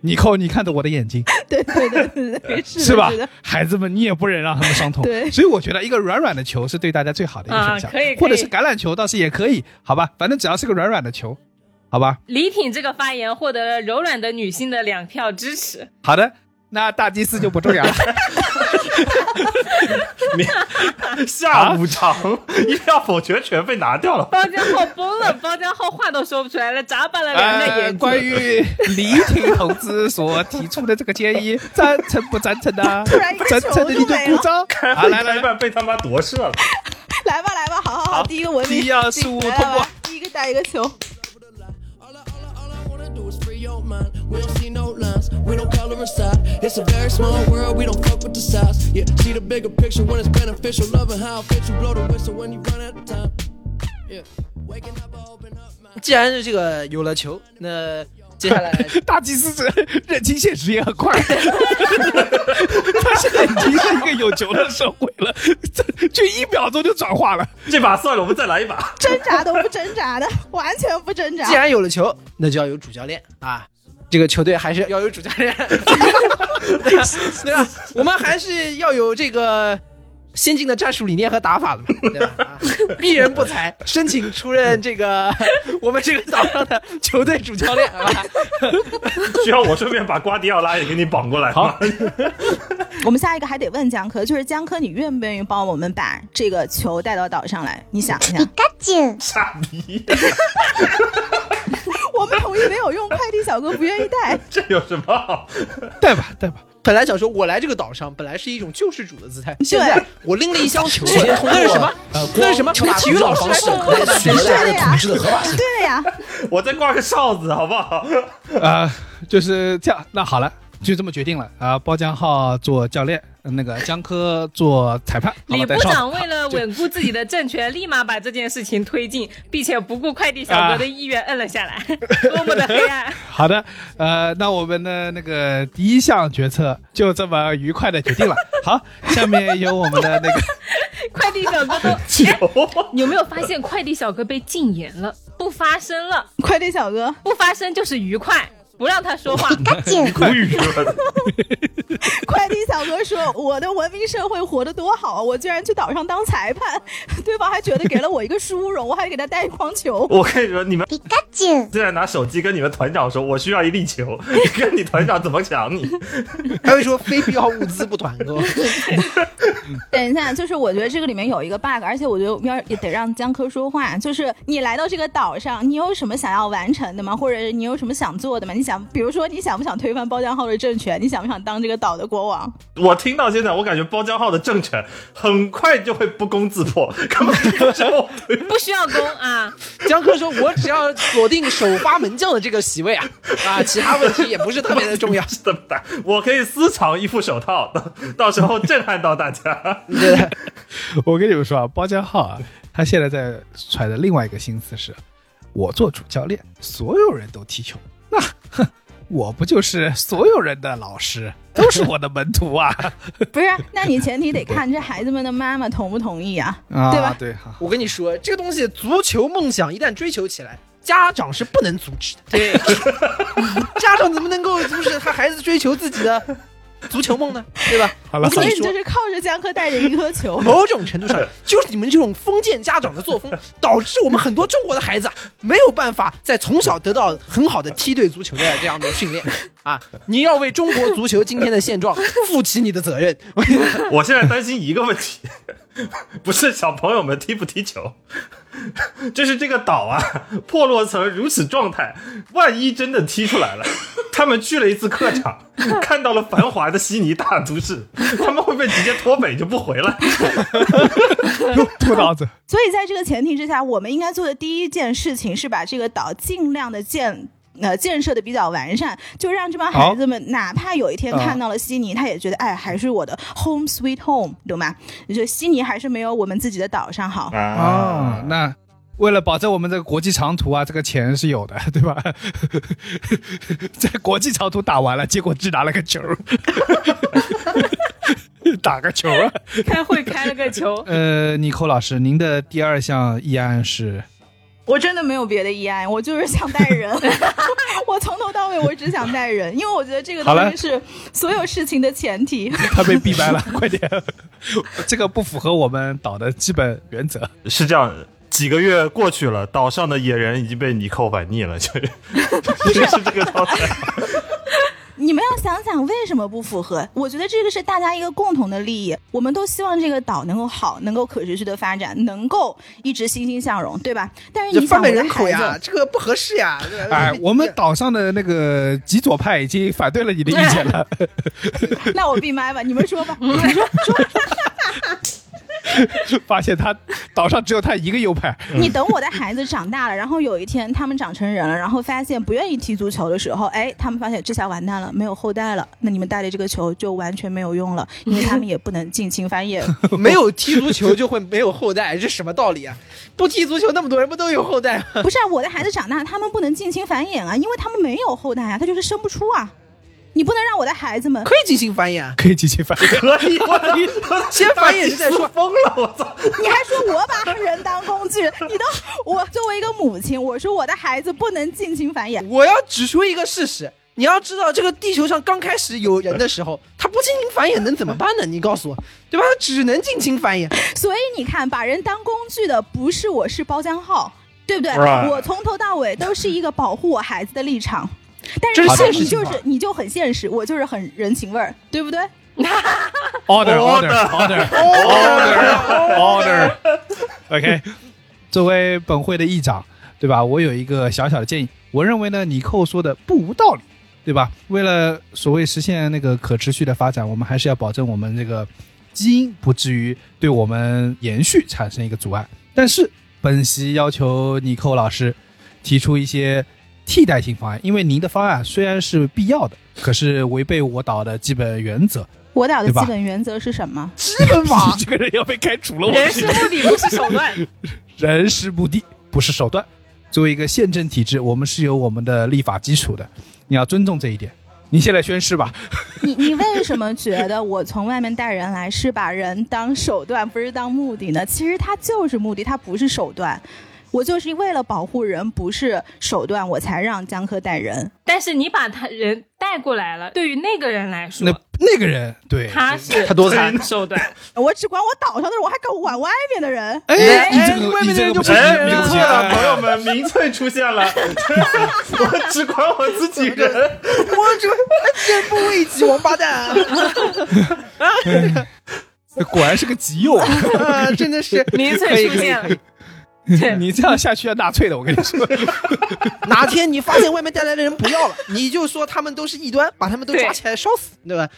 Speaker 5: 你扣，你看着我的眼睛，
Speaker 7: 对对对对对，是的
Speaker 5: 是吧
Speaker 7: 是的？
Speaker 5: 孩子们，你也不忍让他们伤 痛。
Speaker 7: 对
Speaker 5: 所以我觉得一个软软的球是对大家最好的一个选项，
Speaker 3: 啊可以
Speaker 5: 或者
Speaker 3: 可以
Speaker 5: 是橄榄球倒是也可以，好吧，反正只要是个软软的球，好吧。
Speaker 3: 李挺这个发言获得了柔软的女性的两票支持。
Speaker 5: 好的，那大祭司就不重 要了。
Speaker 6: 下午场一票否决权被拿掉
Speaker 5: 啊
Speaker 6: 了，
Speaker 3: 包浆浩崩了，包浆浩话都说不出来了，眨巴了两个
Speaker 5: 呃，
Speaker 3: 眼睛。
Speaker 5: 关于李挺同志所提出的这个建议，赞成不赞成呢？
Speaker 7: 突然一个
Speaker 5: 赞成的你
Speaker 7: 球就没
Speaker 5: 就
Speaker 7: 了
Speaker 5: 鼓掌。好，来来
Speaker 6: 一
Speaker 5: 来，
Speaker 6: 半被他妈夺射了。
Speaker 7: 来吧来吧，好好好，第一个文明，
Speaker 5: 第一要事物
Speaker 7: 来来
Speaker 5: 通过
Speaker 7: 来第一个带一个球。
Speaker 9: All I, all I, all I wanna do is free your mind. We don't see no lines, we don't color inside. It's a very small world, we don't fuck with the size. Yeah, see the bigger picture when it's beneficial. Loving how it fits you, blow the whistle when you run out of time. Yeah, waking up, I open up my.
Speaker 4: 既然是这个有了球，那接下 来
Speaker 5: 大祭司这认清现实也 很快，他现在已经是一个有球的社会了，这就一秒钟就转化了。
Speaker 6: 这把算了，我们再来一把。
Speaker 7: 挣扎都不挣扎的，完全不挣扎
Speaker 4: 既。然有了球，那就要有主教练啊。这个球队还是要有主教练， 对吧？我们还是要有这个先进的战术理念和打法的嘛，对吧？啊鄙人不才，申请出任这个 我们这个岛上的球队主教练，好吧？
Speaker 6: 需要我顺便把瓜迪奥拉也给你绑过来吗？
Speaker 7: 我们下一个还得问江科，就是江科，你愿不愿意帮我们把这个球带到岛上来？你想一 下，
Speaker 6: 傻逼，
Speaker 7: 我们同意没有用，快递小哥不愿意带。
Speaker 6: 这有什么好？
Speaker 5: 带吧，带吧，
Speaker 4: 本来想说我来这个岛上本来是一种救世主的姿态，现
Speaker 7: 对
Speaker 4: 在我拎了一箱球，啊那是什么？ 那是什么？ 体育老师来送我的，
Speaker 7: 对的呀，对的呀，
Speaker 6: 我再挂个哨子好不好？
Speaker 5: 呃，就是这样。那好了，就这么决定了啊、包浆浩做教练，那个江科做裁判，好
Speaker 3: 李
Speaker 5: 吧，带
Speaker 3: 部
Speaker 5: 上
Speaker 3: 长为了稳固自己的政权，立马把这件事情推进，并且不顾快递小哥的意愿摁了 下来，多么的黑暗！
Speaker 5: 好的，呃，那我们的那个第一项决策就这么愉快的决定了。好，下面由我们的那个。
Speaker 3: 快递小哥都，哎
Speaker 6: 球
Speaker 3: 你有没有发现快递小哥被禁言了，不发声了，
Speaker 7: 快递小哥，
Speaker 3: 不发声就是愉快，不让 他说话。
Speaker 6: 无语了，
Speaker 7: 快递小哥说：“我的文明社会活得多好啊，我居然去岛上当裁判，对方还觉得给了我一个殊荣，我还给他带一筐球。
Speaker 6: 我跟你说，你们现在拿手机跟你们团长说，我需要一粒球， 你看你团长怎么抢你？
Speaker 4: 还会说非必要物资不团购。”
Speaker 7: 等一下，就是我觉得这个里面有一个 bug，而且我觉得要也得让江科说话。就是你来到这个岛上，你有什么想要完成的吗？或者你有什么想做的吗？你想，比如说你想不想推翻包浆号的政权？你想不想当这个岛的国王？
Speaker 6: 我听到现在，我感觉包浆号的政权很快就会不攻自破，根本不需要推
Speaker 8: 不需要攻啊，
Speaker 4: 江科说：“我只要锁定首发门将的这个席位啊，啊，其他问题也不是特别的重要。
Speaker 6: 是这么大，我可以私藏一副手套，到到时候震撼到大家。
Speaker 4: 对的
Speaker 5: 我跟你们说啊，包浆浩啊，他现在在揣的另外一个心思是，我做主教练，所有人都踢球，那哼，我不就是所有人的老师，都是我的门徒 啊？
Speaker 7: 不是，那你前提得看这孩子们的妈妈同不同意啊？
Speaker 5: 啊，
Speaker 7: 对吧
Speaker 5: 对，好，
Speaker 4: 我跟你说，这个东西，足球梦想一旦追求起来，家长是不能阻止的。对，家长怎么能够阻止他孩子追求自己的足球梦呢？对吧？。
Speaker 5: 好了，
Speaker 7: 啊所以你就是靠着江科带着一颗 球
Speaker 4: 某种程度上，就是你们这种封建家长的作风，导致我们很多中国的孩子啊没有办法在从小得到很好的梯队足球的这样的 训练啊！你要为中国足球今天的现状负起你的责 任。
Speaker 6: 我现在担心一个问题，不是小朋友们踢不踢球，就是这个岛啊，破落成如此状态，万一真的踢出来了，他们去了一次客场，看到了繁华的悉尼大都市，他们会不会直接脱北就不回来？
Speaker 5: 秃刀子，
Speaker 7: 所以在这个前提之下，我们应该做的第一件事情是把这个岛尽量的建。呃，建设的比较完善，就让这帮孩子们，哪怕有一天看到了悉尼，他也觉得，哎，还是我的 home sweet home，懂吗？你说悉尼还是没有我们自己的岛上好。
Speaker 5: 哦，那为了保证我们这个国际长途啊，这个钱是有的， 对吧？在国际长途打完了，结果只拿了个球， 打个球啊！，
Speaker 3: 开会开了个球
Speaker 5: 呃，尼寇老师，您的第二项议案是
Speaker 7: 我真的没有别的遗憾，我就是想带人。我从头到尾我只想带人，因为我觉得这个
Speaker 5: 好了
Speaker 7: 东西是所有事情的前提。
Speaker 5: 他被逼掰了， 快点！这个不符合我们岛的基本原则。
Speaker 6: 是这样的，几个月过去了，岛上的野人已经被尼寇玩腻了，就是 就是这个状态。
Speaker 7: 你们要想想为什么不符合？我觉得这个是大家一个共同的利益，我们都希望这个岛能够好，能够可持续的发展，能够一直欣欣向荣，对吧？但是
Speaker 4: 这
Speaker 7: 你想
Speaker 4: 贩卖
Speaker 7: 我的
Speaker 4: 人口
Speaker 7: 孩
Speaker 4: 呀
Speaker 7: 子，，
Speaker 4: 这个不合适呀。对吧
Speaker 5: 哎，我们岛上的那个极左派已经反对了你的意见了。
Speaker 7: 那我闭麦吧，你们说 吧，你说 说，
Speaker 5: 发现他岛上只有他一个右派，
Speaker 7: 你等我的孩子长大了，然后有一天他们长成人了，然后发现不愿意踢足球的时候，哎，他们发现这下完蛋了，没有后代了，那你们带的这个球就完全没有用了，因为他们也不能近亲繁衍。
Speaker 4: 没有踢足球就会没有后代，这什么道理啊？不踢足球，那么多人不都有后 代吗？
Speaker 7: 不是、啊、我的孩子长大，他们不能近亲繁衍啊，因为他们没有后代啊，他就是生不出啊。你不能让我的孩子 们
Speaker 4: 可，以进行繁衍啊，
Speaker 5: 可以进行反对。
Speaker 6: 可以，我
Speaker 4: 先繁衍再 说。
Speaker 6: 疯了，我操！
Speaker 7: 你还说我把人当工具，你都我作为一个母亲，我说我的孩子不能近亲繁 衍，
Speaker 4: 我要指出一个事实，你要知道，这个地球上刚开始有人的时候，他不进行繁衍能怎么办呢？你告诉我，对吧？只能进行繁衍。
Speaker 7: 所以你看，把人当工具的不是我，是包浆号，对 不对
Speaker 4: 啊
Speaker 6: Right
Speaker 7: 我从头到尾都是一个保护我孩子的立场。但
Speaker 4: 这
Speaker 7: 是
Speaker 4: 是
Speaker 7: 现
Speaker 4: 现
Speaker 7: 你
Speaker 4: 实情
Speaker 7: 就
Speaker 4: 况
Speaker 7: 是你就很现实，我就是很人情味儿，对不对？
Speaker 5: Order order order order order。OK，作为本会的议长，对吧？我有一个小小的建议，我认为呢，尼寇说的不无道理，对吧？为了所谓实现那个可持续的发展，我们还是要保证我们这个基因不至于对我们延续产生一个阻碍。但是本席要求尼寇老师提出一些替代性方案，因为您的方案虽然是必要的，可是违背我岛的基本原则。
Speaker 7: 我俩的
Speaker 5: 对吧
Speaker 7: 基本原则是什么？
Speaker 4: 基本法
Speaker 5: 这个人要被开除了，我
Speaker 8: 人是目的不是手段。
Speaker 5: 人是目的，不是手段。作为一个宪政体制，我们是有我们的立法基础的，你要尊重这一点。你现在宣誓吧，
Speaker 7: 你你为什么觉得我从外面带人来是把人当手段，不是当目的呢？其实它就是目的，它不是手段。我就是为了保护人，不是手段，我才让江科带人。
Speaker 3: 但是你把他人带过来了，对于那个人来
Speaker 5: 那
Speaker 3: 说，
Speaker 5: 那个人对，
Speaker 3: 他是
Speaker 4: 他多惨
Speaker 3: 手段，
Speaker 7: 我只管我岛上的人，我还管外面的人。
Speaker 5: 哎，
Speaker 4: 哎
Speaker 5: 你这个
Speaker 4: 外面
Speaker 5: 你这
Speaker 4: 的
Speaker 5: 个
Speaker 4: 人就
Speaker 5: 不
Speaker 4: 不
Speaker 5: 行，
Speaker 4: 是
Speaker 6: 哎，
Speaker 5: 你
Speaker 6: 没
Speaker 5: 这个不
Speaker 6: 错
Speaker 5: 行，
Speaker 6: 了，
Speaker 5: 哎
Speaker 6: 朋友们，民粹出现 了，我只管我自己人。
Speaker 4: 我这这不为己，王八蛋啊！
Speaker 5: 果然是个极右啊。
Speaker 4: 啊真的是
Speaker 8: 民粹出现了。
Speaker 5: 你这样下去要纳粹的，我跟你说。
Speaker 4: 哪天你发现外面带来的人不要了，你就说他们都是异端，把他们都抓
Speaker 3: 对
Speaker 4: 起来烧死，对吧？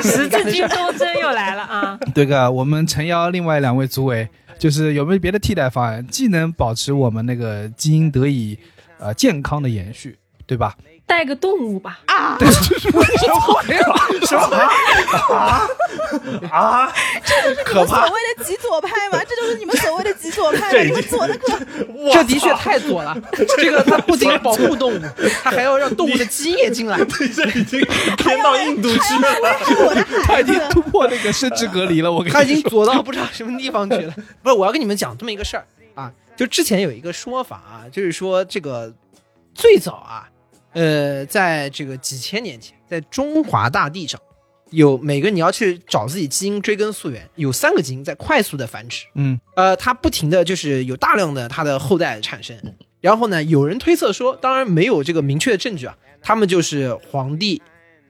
Speaker 3: 十字军东征又来了啊！
Speaker 5: 对个，我们诚邀另外两位组委，就是有没有别的替代方案，既能保持我们那个基因得以呃健康的延续，对 吧？
Speaker 3: 带个动物吧，
Speaker 6: 什么
Speaker 5: 啊
Speaker 6: 啊啊啊！
Speaker 7: 可怕！所谓的极左派吗？这就是你们所谓的极左派吗？
Speaker 6: 这
Speaker 7: 你
Speaker 6: 已经
Speaker 7: 们左的可
Speaker 6: 我
Speaker 4: 这的确太左了。这个它不仅要保护动物，它还要让动物的基因也进来。
Speaker 6: 这这已经偏到印度去了。
Speaker 7: 是我的
Speaker 5: 他
Speaker 7: 孩
Speaker 5: 已
Speaker 7: 子
Speaker 5: 经。突破那个生殖隔离了，我跟
Speaker 4: 他已
Speaker 5: 你说。
Speaker 4: 经左到不知道什么地方去 了。不是，我要跟你们讲这么一个事儿啊，就之前有一个说法啊，就是说这个最早啊，呃，在这个几千年前，在中华大地上，有每个你要去找自己基因追根溯源，有三个基因在快速的繁殖，
Speaker 5: 嗯，
Speaker 4: 呃，它不停的就是有大量的它的后代产生。然后呢，有人推测说，当然没有这个明确的证据啊，他们就是皇帝、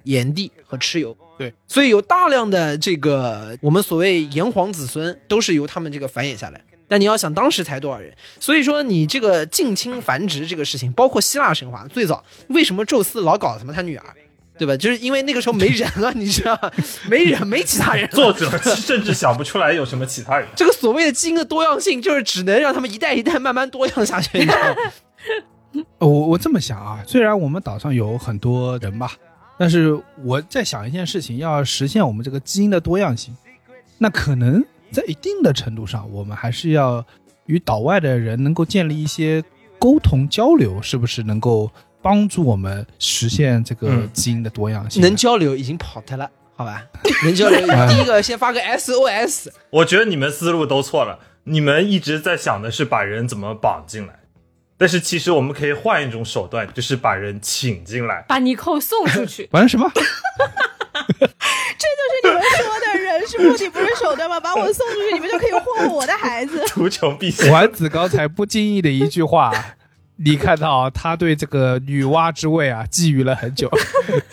Speaker 4: 炎帝和蚩尤。
Speaker 5: 对，
Speaker 4: 所以有大量的这个我们所谓炎黄子孙都是由他们这个繁衍下来。但你要想当时才多少人，所以说你这个近亲繁殖这个事情，包括希腊神话最早为什么宙斯老搞什么他女儿，对吧？就是因为那个时候没人了，你知道 吧，没人没其他人了，
Speaker 6: 作者甚至想不出来有什么其他人。
Speaker 4: 这个所谓的基因的多样性，就是只能让他们一代一代慢慢多样下去。你知道吗
Speaker 5: 呃我我这么想啊，虽然我们岛上有很多人吧，但是我在想一件事情，要实现我们这个基因的多样性，那可能在一定的程度上，我们还是要与岛外的人能够建立一些沟通交流，是不是能够帮助我们实现这个
Speaker 6: 嗯
Speaker 5: 基因的多样性呢？，
Speaker 4: 能交流已经跑掉了，好 吧？能交流，第一个先发个 SOS，
Speaker 6: 我觉得你们思路都错了，你们一直在想的是把人怎么绑进来，但是其实我们可以换一种手段，就是把人请进来。
Speaker 3: 把尼寇送出去
Speaker 5: 玩什么？
Speaker 7: 这就是你们说的人是目的不是手段吗？把我送出去，你们就可以霍霍我的孩子。
Speaker 6: 图穷 匕见，
Speaker 5: 丸子刚才不经意的一句 话，你看到啊他对这个女娲之位啊觊觎了很 久。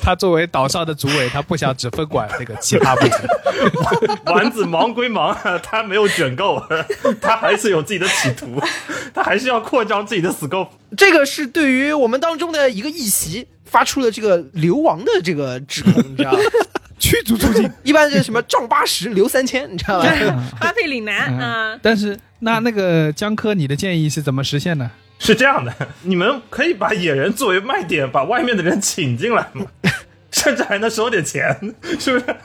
Speaker 5: 他作为岛上的主委，他不想只分管那个其他部门。
Speaker 6: 丸子忙归忙，啊他没有卷够，啊他还是有自己的企图，他还是要扩张自己的 scope。
Speaker 4: 这个是对于我们当中的一个议席发出了这个流亡的这个指控，你知 道吗？
Speaker 5: 驱逐出境。
Speaker 4: 一般是什么丈八十，留三千，你知道吧？
Speaker 3: 发配岭
Speaker 5: 嗯
Speaker 3: 南啊！
Speaker 5: 但是那那个江科，你的建议是怎么实现呢？
Speaker 6: 是这样的， 你们可以把野人作为卖点，把外面的人请进来嘛， 甚至还能收点钱， 是不是？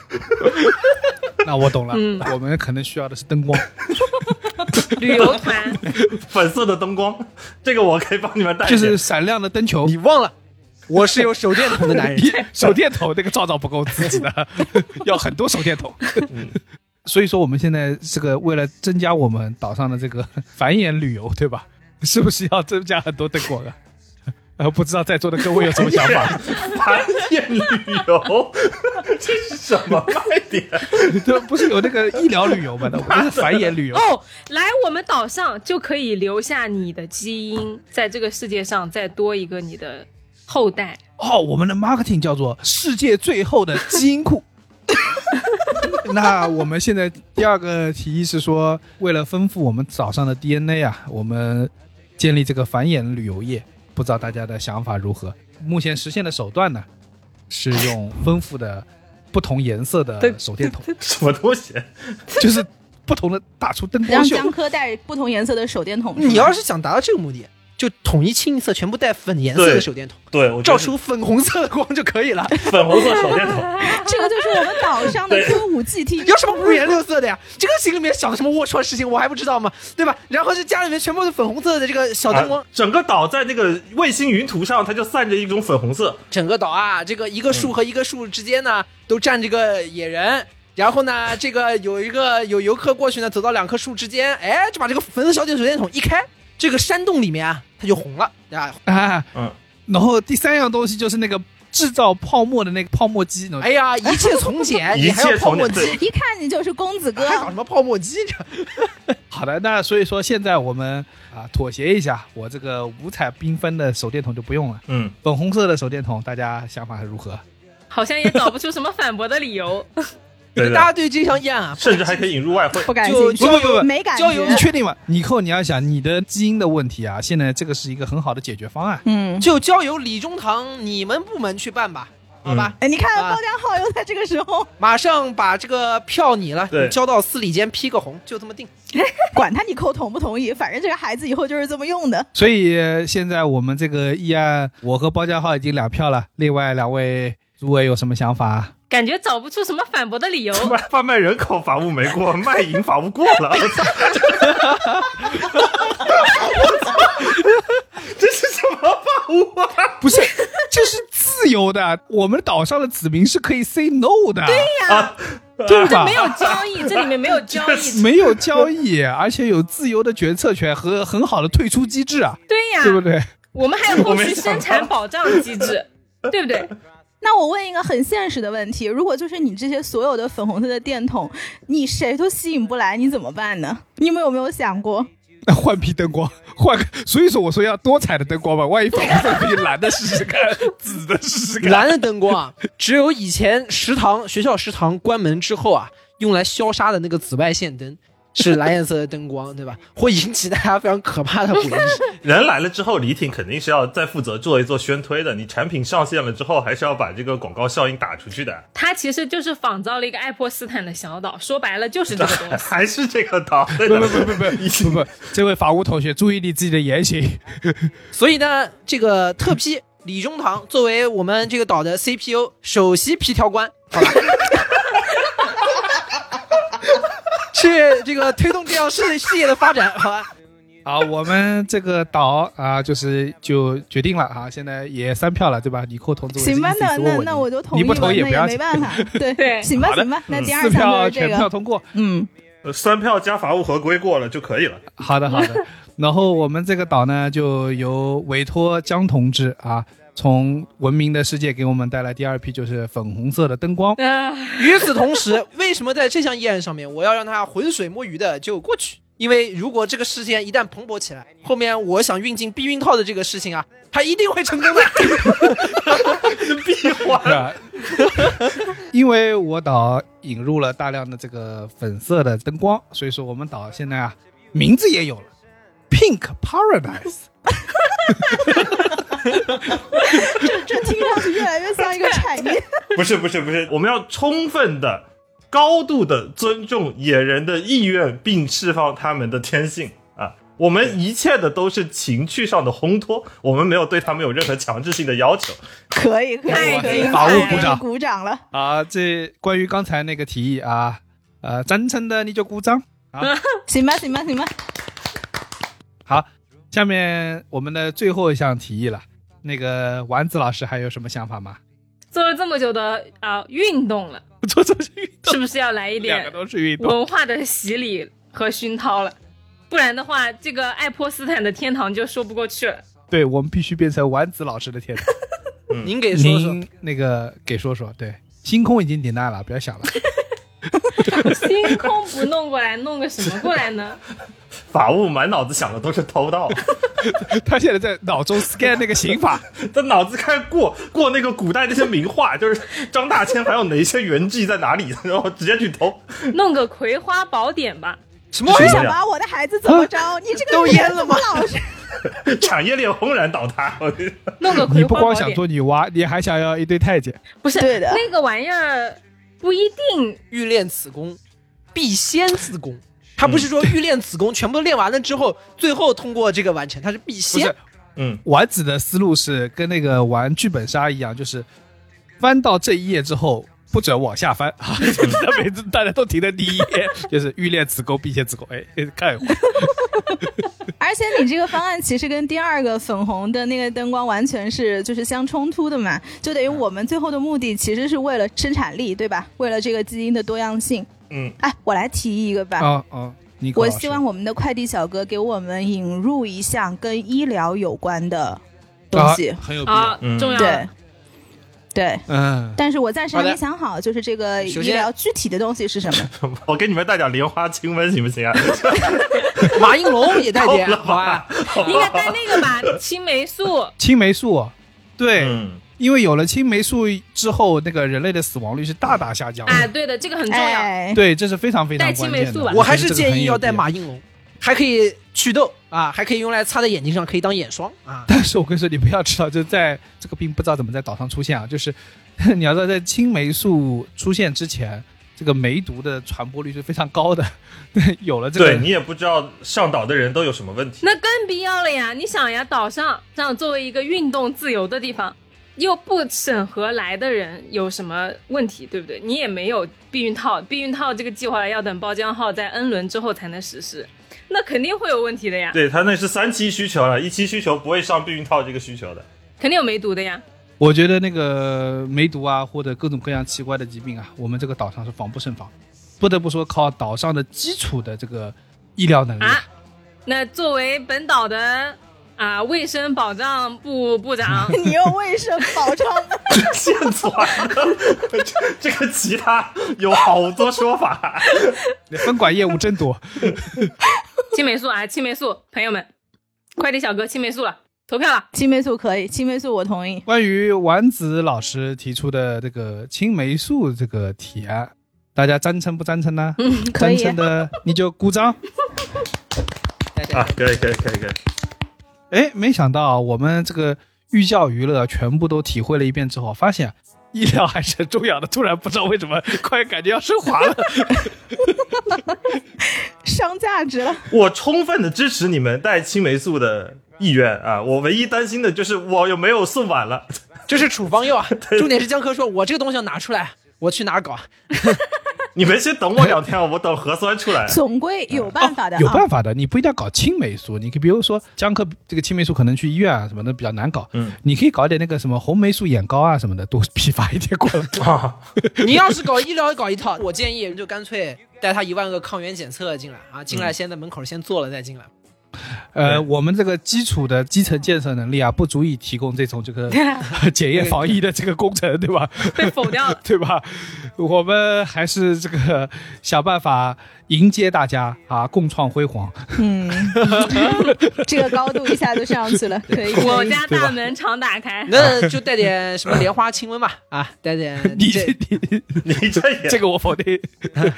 Speaker 5: 那我懂了，我们可能需要的是灯光。
Speaker 3: 旅游 团，
Speaker 6: 粉色的灯光，这个我可以帮你们 带一
Speaker 5: 就
Speaker 6: 点。
Speaker 5: 是闪亮的灯球
Speaker 4: 你。忘了，我是有手电筒的男 人。
Speaker 5: 手电筒那个照照不够自己的， 要很多手电筒。 所以说，我们现在这个为了增加我们岛上的这个繁衍旅游，对吧？ 是不是要增加很多灯光啊？ 呃，不知道在座的各位有什么想 法？
Speaker 6: 繁 衍旅游， 这是什么卖点？
Speaker 5: 对，不是有那个医疗旅游吗？那我们是繁衍旅游。
Speaker 3: 哦，来我们岛上就可以留下你的基因，在这个世界上再多一个你的后代。
Speaker 5: 哦，我们的 marketing 叫做世界最后的基因库。 那我们现在第二个提议是说，为了丰富我们岛上的 DNA 啊，我们建立这个繁衍旅游业。不知道大家的想法如何？目前实现的手段呢，是用丰富的不同颜色的手电筒，
Speaker 6: 什么东西？
Speaker 5: 就是不同的打 出灯光
Speaker 7: 让
Speaker 5: 秀。
Speaker 7: 江科带不同颜色的手电筒。
Speaker 4: 你要是想达到这个目的，就统一清一色，全部带粉颜色的手电筒，
Speaker 6: 对，我
Speaker 4: 照出粉红色的光就可以 了。
Speaker 6: 粉红色手电筒，
Speaker 7: 这个就是我们岛上的
Speaker 6: 对
Speaker 7: 歌舞伎厅。
Speaker 4: 有什么五颜六色的呀？这个心里面想的什么龌龊事情，我还不知道吗？对吧？然后这家里面全部是粉红色的这个小灯光
Speaker 6: 啊，整个岛在那个卫星云图上，它就散着一种粉红色。
Speaker 4: 整个岛啊，这个一个
Speaker 6: 嗯
Speaker 4: 树和一个树之间呢，都站这个野人。然后呢，这个有一个有游客过去呢，走到两棵树之间，哎，就把这个粉色小点手电筒一开，这个山洞里面啊，它就红了，啊，
Speaker 5: 啊，
Speaker 6: 嗯，
Speaker 5: 然后第三样东西就是那个制造泡沫的那个泡沫机，
Speaker 4: 哎呀，一切从简，
Speaker 6: 一
Speaker 4: 你还
Speaker 6: 切
Speaker 4: 要泡
Speaker 6: 从
Speaker 4: 沫
Speaker 6: 简。
Speaker 4: 机，
Speaker 6: 对，
Speaker 7: 一看你就是公子哥
Speaker 4: 还。搞什么泡沫机？
Speaker 5: 好的，那所以说现在我们啊妥协一下，我这个五彩缤纷的手电筒就不用了，
Speaker 6: 嗯，
Speaker 5: 粉红色的手电筒，大家想法如何？
Speaker 3: 好像也找不出什么反驳的理由。
Speaker 6: 对的
Speaker 4: 大家对这项宴啊，
Speaker 6: 甚至还可以引入外汇。
Speaker 7: 不感兴
Speaker 4: 就
Speaker 7: 趣，
Speaker 5: 不不不不，
Speaker 7: 没感
Speaker 5: 交友你
Speaker 7: 觉。
Speaker 5: 确定吗？以后你要想你的基因的问题啊，现在这个是一个很好的解决方案。
Speaker 7: 嗯，
Speaker 4: 就交由李中堂你们部门去办吧，好吧？
Speaker 6: 嗯
Speaker 7: 哎，你看
Speaker 4: 啊
Speaker 7: 包家浩又在这个时候，
Speaker 4: 马上把这个票拟了，
Speaker 6: 对
Speaker 4: 你交到司礼监批个红，就这么定。
Speaker 7: 管他你扣同不同意，反正这个孩子以后就是这么用的。
Speaker 5: 所以呃现在我们这个议案，我和包家浩已经两票了，另外两位诸位有什么想法？
Speaker 3: 感觉找不出什么反驳的理
Speaker 5: 哦
Speaker 3: 由。
Speaker 6: 卖贩卖人口法务没 过，卖淫法务过了。 我操！这是什么法务啊？
Speaker 5: 不是，这是自由的，我们岛上的子民是可以 say no 的，对呀、啊对吧？
Speaker 3: 没有交 易，这里面没有交易。
Speaker 5: 没有交易，而且有自由的决策权和很好的退出机制啊，
Speaker 3: 对呀、
Speaker 5: 对不 对？
Speaker 3: 我们还有后
Speaker 6: 我没
Speaker 3: 续
Speaker 6: 想
Speaker 3: 生
Speaker 6: 到
Speaker 3: 产保障机制，对不对？
Speaker 7: 那我问一个很现实的问题：如果就是你这些所有的粉红色的电筒，你谁都吸引不来，你怎么办呢？你们有没有想过？
Speaker 5: 那换批灯光，换个，所以说我说要多彩的灯光吧，万一粉红色可以蓝的试试看，紫的试试 看。
Speaker 4: 蓝的灯光啊，只有以前食堂、学校食堂关门之后啊，用来消杀的那个紫外线灯。是蓝颜色的灯光，对吧？ 会引起大家非常可怕的回忆。
Speaker 6: 人来了之后，李挺肯定是要再负责做一做宣推的。你产品上线了之后，还是要把这个广告效应打出去的，
Speaker 3: 它其实就是仿造了一个爱泼斯坦的小岛，说白了就是这个东 西。
Speaker 6: 还是这个道理。
Speaker 5: 不不不不不不不，这位法务同学注意你自己的言行。
Speaker 4: 所以呢，这个特批李中堂作为我们这个岛的 CPO 首席皮条官，好吧， 是这个推动这项事事业的发展，好吧？
Speaker 5: 好，啊我们这个岛啊，就是就决定了啊，现在也三票了，对吧？你扣同志，
Speaker 7: 行吧，那那那我
Speaker 5: 我
Speaker 7: 就同意
Speaker 5: 你不
Speaker 7: 吧，
Speaker 5: 同意
Speaker 7: 那
Speaker 5: 不要
Speaker 7: 也没办法。对
Speaker 3: 对
Speaker 7: 行吧行吧，那第二
Speaker 5: 四票
Speaker 7: 项就是这
Speaker 5: 全票
Speaker 7: 个，
Speaker 5: 通过。
Speaker 7: 嗯，
Speaker 6: 呃 三票加法务合规过了就可以了。
Speaker 5: 好的好 的。然后我们这个岛呢，就由委托江同志啊，从文明的世界给我们带来第二批就是粉红色的灯光。
Speaker 3: 啊，
Speaker 4: 与此同时，为什么在这项议案上面，我要让他浑水摸鱼的就过去？因为如果这个事件一旦蓬勃起来，后面我想运进避孕套的这个事情啊，他一定会成功的。
Speaker 6: 闭环
Speaker 5: 是啊， 因为我岛引入了大量的这个粉色的灯光，所以说我们岛现在啊，名字也有了，Pink Paradise。
Speaker 7: 这听上去越来越像一个产业。
Speaker 6: 不是不是不是，我们要充分的、高度的尊重野人的意愿，并释放他们的天性啊！我们一切的都是情趣上的烘托，我们没有对他们有任何强制性的要求。
Speaker 7: 可以可以哎可以，
Speaker 5: 法务
Speaker 7: 可以
Speaker 5: 鼓掌
Speaker 7: 鼓掌了。
Speaker 5: 啊，这关于刚才那个提议啊，呃，赞成的你就鼓掌。
Speaker 7: 行吧行吧行吧，
Speaker 5: 好，下面我们的最后一项提议了。那个丸子老师还有什么想法吗？
Speaker 3: 做了这么久的啊、运动了，
Speaker 5: 做这些运动，
Speaker 3: 是不是要来一
Speaker 5: 两个
Speaker 3: 点
Speaker 5: 都是运动。
Speaker 3: 文化的洗礼和熏陶了？不然的话，这个爱泼斯坦的天堂就说不过去 了。
Speaker 5: 对，我们必须变成丸子老师的 天堂。
Speaker 4: 您给说说，
Speaker 5: 您那个给说说，对，星空已经 deny 了，不要想了。
Speaker 3: 星空不弄过来，弄个什么过来 呢？
Speaker 6: 法务满脑子想的都是偷盗，
Speaker 5: 他现在在脑中 scan 那个刑法，
Speaker 6: 他脑子开始过过那个古代那些名画，就是张大千还有哪一些原迹在哪里，然后直接去偷。
Speaker 3: 弄个《葵花宝典》吧。
Speaker 4: 什么
Speaker 6: 是
Speaker 7: 我
Speaker 6: 的
Speaker 7: 想把我的孩子怎么着？你这个
Speaker 4: 都淹了吗？
Speaker 7: 老师，
Speaker 6: 产业链轰然倒 塌。我跟你说
Speaker 3: 弄个
Speaker 5: 你
Speaker 3: 葵
Speaker 5: 不
Speaker 3: 花
Speaker 5: 光
Speaker 3: 宝
Speaker 5: 想
Speaker 3: 典，
Speaker 5: 做女娲，你还想要一对太 监。
Speaker 3: 不是
Speaker 7: 对的
Speaker 3: 那个玩意儿，不一定
Speaker 4: 欲练此功，必先自宫。他不是
Speaker 5: 嗯
Speaker 4: 说欲练此功全部都练完了之后，最后通过这个完成，他是必先
Speaker 5: 是。
Speaker 6: 嗯，
Speaker 5: 丸子的思路是跟那个玩剧本杀一样，就是翻到这一页之后不准往下翻 啊！每次大家都停在第一页， 就是欲练此功必先此功。哎，看一会儿，
Speaker 7: 而且你这个方案其实跟第二个粉红的那个灯光完全是就是相冲突的嘛，就等于我们最后的目的其实是为了生产力，对吧？为了这个基因的多样性。
Speaker 6: 嗯，
Speaker 7: 哎，我来提议一个吧。
Speaker 5: 哦哦，你
Speaker 7: 我希望我们的快递小哥给我们引入一项跟医疗有关的东西，
Speaker 5: 啊、很有必要。
Speaker 3: 啊
Speaker 6: 嗯，
Speaker 3: 重要
Speaker 7: 对
Speaker 3: 了。
Speaker 7: 对。
Speaker 5: 嗯，
Speaker 7: 但是我暂时还
Speaker 4: 好的
Speaker 7: 没想好，就是这个医
Speaker 4: 首先
Speaker 7: 疗具体的东西是什么。
Speaker 6: 我给你们带点莲花清瘟行不行啊？
Speaker 4: 马应龙也带 点，
Speaker 6: 够了
Speaker 4: 好吧？
Speaker 3: 应该带那个吧，青霉素。
Speaker 5: 哦青霉素，对，
Speaker 6: 嗯，
Speaker 5: 因为有了青霉素之后，那个人类的死亡率是大大下降的。
Speaker 3: 啊，对的，这个很重要。
Speaker 7: 哎，
Speaker 5: 对，这是非常非常
Speaker 3: 带
Speaker 5: 关
Speaker 3: 青
Speaker 5: 键
Speaker 3: 霉
Speaker 5: 的。
Speaker 3: 素吧啊
Speaker 4: 我还是
Speaker 5: 这个很
Speaker 4: 建议
Speaker 5: 有
Speaker 4: 要带
Speaker 5: 必
Speaker 4: 马应龙，还可以祛痘啊，还可以用来擦在眼睛上，可以当眼霜啊。
Speaker 5: 但是我跟你说，你不要知道，就在这个病不知道怎么在岛上出现啊，就是 你要知道，在青霉素出现之前，这个梅毒的传播率是非常高的。 对，有了这个，
Speaker 6: 对你也不知道上岛的人都有什么问题。
Speaker 3: 那更必要了呀！你想呀，岛上这样作为一个运动自由的地方，又不审核来的人有什么问题，对不对？你也没有避孕套，避孕套这个计划要等包浆号在 N 轮之后才能实施，那肯定会有问题的呀，
Speaker 6: 对他那是三期需求了，一期需求不会上避孕套这个需求的。
Speaker 3: 肯定有梅毒的呀。
Speaker 5: 我觉得那个梅毒啊，或者各种各样奇怪的疾病啊，我们这个岛上是防不胜防。不得不说，靠岛上的基础的这个医疗能力，
Speaker 3: 啊那作为本岛的啊卫生保障部部长，
Speaker 7: 你又为什么保障？
Speaker 6: 现传的， 这这个其他有好多说法。
Speaker 5: 分管业务真多。
Speaker 3: 青霉素啊，青霉素，朋友们，快递小哥青霉素了，投票了。
Speaker 7: 青霉素可以，青霉素我同意。
Speaker 5: 关于丸子老师提出的这个青霉素这个提案，大家赞成不赞成呢？
Speaker 7: 嗯，可
Speaker 5: 赞
Speaker 7: 以。
Speaker 5: 成的你就鼓掌。
Speaker 6: 啊，可以可以可以可以，
Speaker 5: 哎，没想到我们这个寓教于乐全部都体会了一遍之后，发现医疗还是很重要的。突然不知道为什么，快感觉要升华 了。
Speaker 7: 啊上价值了，
Speaker 6: 我充分的支持你们带青霉素的意愿啊！我唯一担心的就是我有没有送晚了。
Speaker 4: 这是处方药 啊，重点是江科说，我这个东西要拿出来，我去哪儿搞啊？
Speaker 6: 你们先等我两天啊，我等核酸出来。
Speaker 7: 总归哎有办法的、啊
Speaker 5: 有办法的，你不一定要搞青霉素，你可以比如说江科这个青霉素可能去医院啊什么的比较难搞，
Speaker 6: 嗯，
Speaker 5: 你可以搞点那个什么红霉素眼膏啊什么的，多批发一点过来。
Speaker 6: 啊，
Speaker 4: 你要是搞医疗搞一套， 我建议就干脆带他一万个抗原检测进来啊，进来先在门口先做了再进来。
Speaker 5: 呃，
Speaker 6: 对
Speaker 5: 我们这个基础的基层建设能力啊，不足以提供这种 这个检验防疫的这个工程，对吧？
Speaker 3: 被否掉了
Speaker 5: 对吧？我们还是这个想办法迎接大家啊，共创辉煌。
Speaker 7: 嗯，这个高度一下就上 去了，可以。
Speaker 3: 我家大门常打开，
Speaker 4: 那就带点什么莲花清瘟吧啊，带 点
Speaker 5: 你
Speaker 4: 这
Speaker 5: 你
Speaker 6: 你这也
Speaker 5: 这个我否定，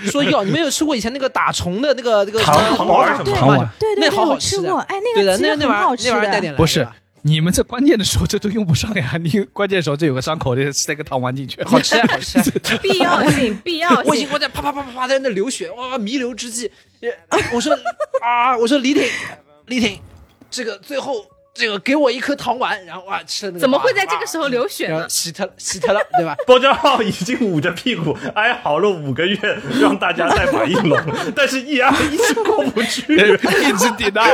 Speaker 4: 说药，你们有吃过以前那个打虫的那 个那个
Speaker 6: 糖糖丸儿什么
Speaker 7: 对
Speaker 5: 糖丸
Speaker 7: 对对
Speaker 4: 那
Speaker 7: 对，
Speaker 4: 好好
Speaker 7: 我
Speaker 4: 吃
Speaker 7: 吃
Speaker 4: 的
Speaker 7: 过，哎，那
Speaker 4: 对
Speaker 7: 个
Speaker 4: 的，
Speaker 7: 其
Speaker 4: 那
Speaker 7: 实
Speaker 4: 那
Speaker 7: 很
Speaker 4: 玩意
Speaker 7: 好
Speaker 4: 儿
Speaker 7: 吃
Speaker 4: 那玩意儿带
Speaker 7: 的。
Speaker 4: 点来
Speaker 5: 不 是
Speaker 4: 吧
Speaker 5: 你们这关键的时候这都用不上呀！你关键时候这有个伤口，得塞个糖丸进去。
Speaker 4: 好吃啊好吃啊。
Speaker 3: 必要性，必要
Speaker 4: 我已经
Speaker 3: 性。
Speaker 4: 我在啪啪啪啪啪在那流血，哇，弥留之 际，呃我说啊，我说李挺，李挺，这个最后这个给我一颗糖丸，然后哇吃了那个，
Speaker 3: 怎么会在这个时候流血
Speaker 4: 哇？然
Speaker 3: 呢
Speaker 4: 后？洗他了，洗他了，对 吧？
Speaker 6: 包浆号已经捂着屁股哀嚎了五个月，让大家带马应龙，但是一哀一直过不去，
Speaker 5: 一直抵赖，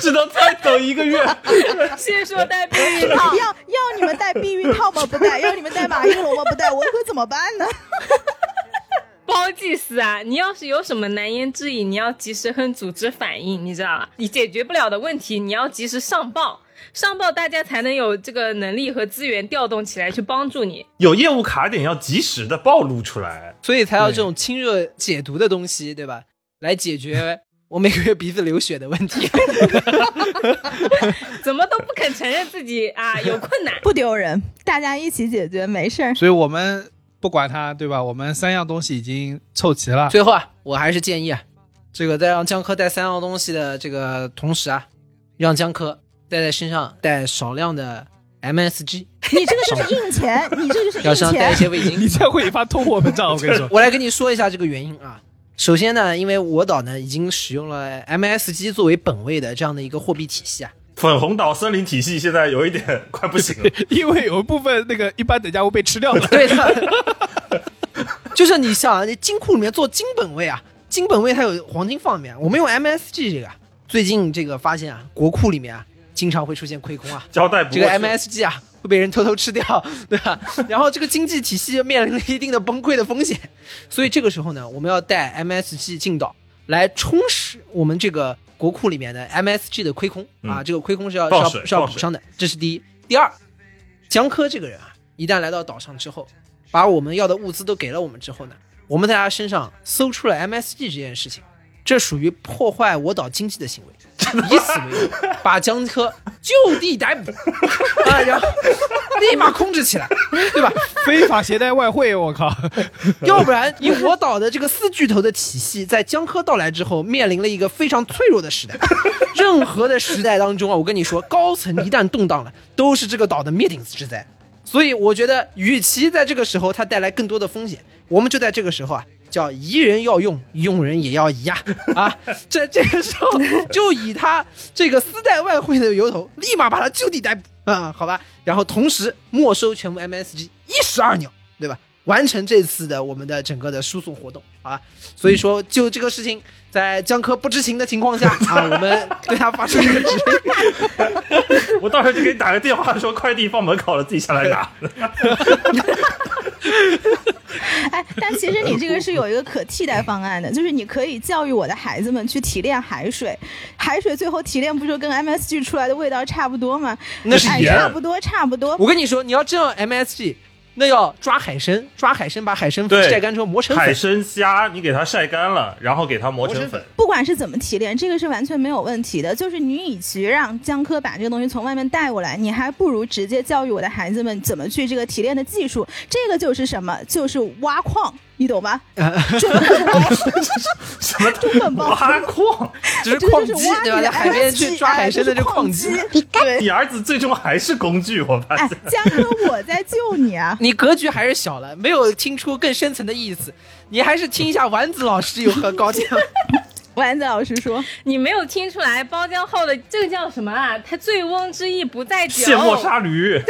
Speaker 6: 只能再等一个月。
Speaker 3: 先说带 避孕套，
Speaker 7: 要要你们带避孕套吗？不带。要你们带马应龙吗？不带。我可怎么办呢？，
Speaker 3: 包祭司啊！你要是有什么难言之隐，你要及时和组织反应，你知道吧？你解决不了的问题，你要及时上报，上报大家才能有这个能力和资源调动起来去帮助你。
Speaker 6: 有业务卡点要及时的暴露出来。
Speaker 4: 所以才要这种清热解毒的东西，对吧？来 解决我每个月鼻子流血的问题。
Speaker 3: 怎么都不肯承认自己啊有困难
Speaker 7: 不丢人，大家一起解决，没事儿。
Speaker 5: 所以我们不管它，对吧？我们三样东西已经凑齐了。
Speaker 4: 最后啊，我还是建议啊，这个在让江科带三样东西的这个同时啊，让江科带在身上带少量的 MSG，
Speaker 7: 你这个就是印钱，你这就是
Speaker 4: 要
Speaker 7: 印
Speaker 4: 身上带一
Speaker 7: 钱。
Speaker 4: 些味精
Speaker 5: 你。再会一发通货膨胀，我跟你说。
Speaker 4: 我来跟你说一下这个原因啊。首先呢，因为我岛呢已经使用了 MSG 作为本位的这样的一个货币体系啊，
Speaker 6: 粉红岛森林体系现在有一点快不行了，
Speaker 5: 因为有一部分那个一般等价物被吃
Speaker 4: 。
Speaker 5: 掉了
Speaker 4: 对的，就是你想啊，你金库里面做金本位啊，金本位它有黄金放里面，我们用 MSG 这个啊，最近这个发现啊，国库里面啊经常会出现亏空啊，
Speaker 6: 交代不过
Speaker 4: 这
Speaker 6: 去
Speaker 4: 个 MSG 啊会被人偷偷吃掉， 对吧？然后这个经济体系就面临了一定的崩溃的风险，所以这个时候呢，我们要带 MSG 进岛来充实我们这个国库里面的 MSG 的亏空、啊，
Speaker 6: 嗯
Speaker 4: 这个亏空是要是
Speaker 6: 放
Speaker 4: 要
Speaker 6: 水
Speaker 4: 是要
Speaker 6: 放
Speaker 4: 补
Speaker 6: 水
Speaker 4: 上的，这是第一。第二，江科这个人啊，一旦来到岛上之后，把我们要的物资都给了我们之后呢，我们在他身上搜出了 MSG 这件事情，这属于破坏我岛经济的行为。以此为由，把江科就地逮捕， 啊，然后立马控制起来，对吧？
Speaker 5: 非法携带外汇，我靠！
Speaker 4: 要不然，以我岛的这个四巨头的体系，在江科到来之后，面临了一个非常脆弱的时代。任何的时代当中啊，我跟你说，高层一旦动荡了，都是这个岛的灭顶之灾。所以，我觉得，与其在这个时候它带来更多的风险，我们就在这个时候啊，叫疑人要用，用人也要疑呀、啊！啊，这这个时候就以他这个私带外汇的由头，立马把他就地逮捕啊，好吧？然后同时没收全部 MSG 一石二鸟，对吧？完成这次的我们的整个的输送活动啊，所以说就这个事情，在江科不知情的情况下啊，我们对他发出一个指令，
Speaker 6: 我到时候就给你打个电话说快递放门口了，自己下来拿。
Speaker 7: 哎，但其实你这个是有一个可替代方案的，就是你可以教育我的孩子们去提炼海水，海水最后提炼不就跟 MSG 出来的味道差不多吗？
Speaker 4: 那是
Speaker 7: 哎
Speaker 6: 盐
Speaker 7: 差不多，差不多。
Speaker 4: 我跟你说，你要真要 MSG，那要抓海参，抓海参把海参晒干之后磨成
Speaker 6: 海
Speaker 4: 粉，
Speaker 6: 参虾你给它晒干了，然后给它磨成粉。
Speaker 7: 不管是怎么提炼，这个是完全没有问题的。就是你与其让江科把这个东西从外面带过来，你还不如直接教育我的孩子们怎么去这个提炼的技术。这个就是什么？就是挖矿，你懂吧？
Speaker 4: 啊
Speaker 7: 就很包，
Speaker 6: 什么
Speaker 7: 就很包。
Speaker 6: 挖矿？
Speaker 4: 只是
Speaker 7: 这
Speaker 4: 矿
Speaker 7: 个
Speaker 4: 机
Speaker 7: 就是挖
Speaker 4: 对吧？
Speaker 7: 哎你的
Speaker 4: 在海边
Speaker 7: MSG
Speaker 4: 去抓海参的这
Speaker 7: 哎
Speaker 4: 矿
Speaker 7: 矿
Speaker 4: 机。
Speaker 7: 对，
Speaker 6: 你儿子最终还是工具，我发
Speaker 7: 哎
Speaker 6: 现。，
Speaker 7: 江哥，我在救你啊！
Speaker 4: 你格局还是小了，没有听出更深层的意思。你还是听一下丸子老师有何高见吧。
Speaker 7: 丸子老师说，
Speaker 3: 你没有听出来包浆号的这个叫什么啊？它醉翁之意不在酒，
Speaker 6: 卸磨杀驴，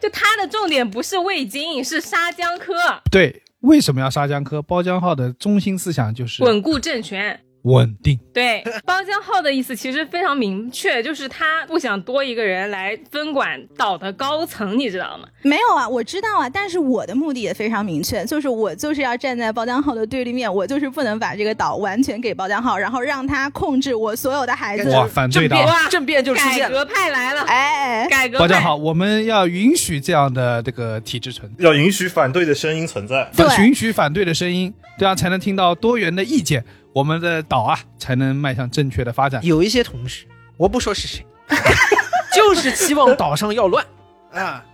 Speaker 3: 就它的重点不是味精，是杀姜科，
Speaker 5: 对，为什么要杀江科？包浆号的中心思想就是
Speaker 3: 稳固政权。
Speaker 5: 稳定。
Speaker 3: 对，包浆号的意思其实非常明确，就是他不想多一个人来分管岛的高层，你知道吗？
Speaker 7: 没有啊，我知道啊，但是我的目的也非常明确，就是我就是要站在包浆号的对立面，我就是不能把这个岛完全给包浆号，然后让他控制我所有的孩子。
Speaker 5: 哇，反对
Speaker 4: 政
Speaker 5: 的
Speaker 4: 变
Speaker 5: 啊！
Speaker 3: 哇，
Speaker 4: 政变就出
Speaker 3: 改
Speaker 4: 现了。
Speaker 3: 革派来了，
Speaker 7: 哎，
Speaker 3: 改革
Speaker 5: 包
Speaker 3: 派
Speaker 5: 浆号，我们要允许这样的这个体制存在。
Speaker 6: 要允许反对的声音 存在。
Speaker 7: 对
Speaker 5: 允许反对的声音，这样才能听到多元的意见，我们的岛啊才能迈向正确的发展。
Speaker 4: 有一些同事，我不说是 谁，就是期望岛上要乱 啊，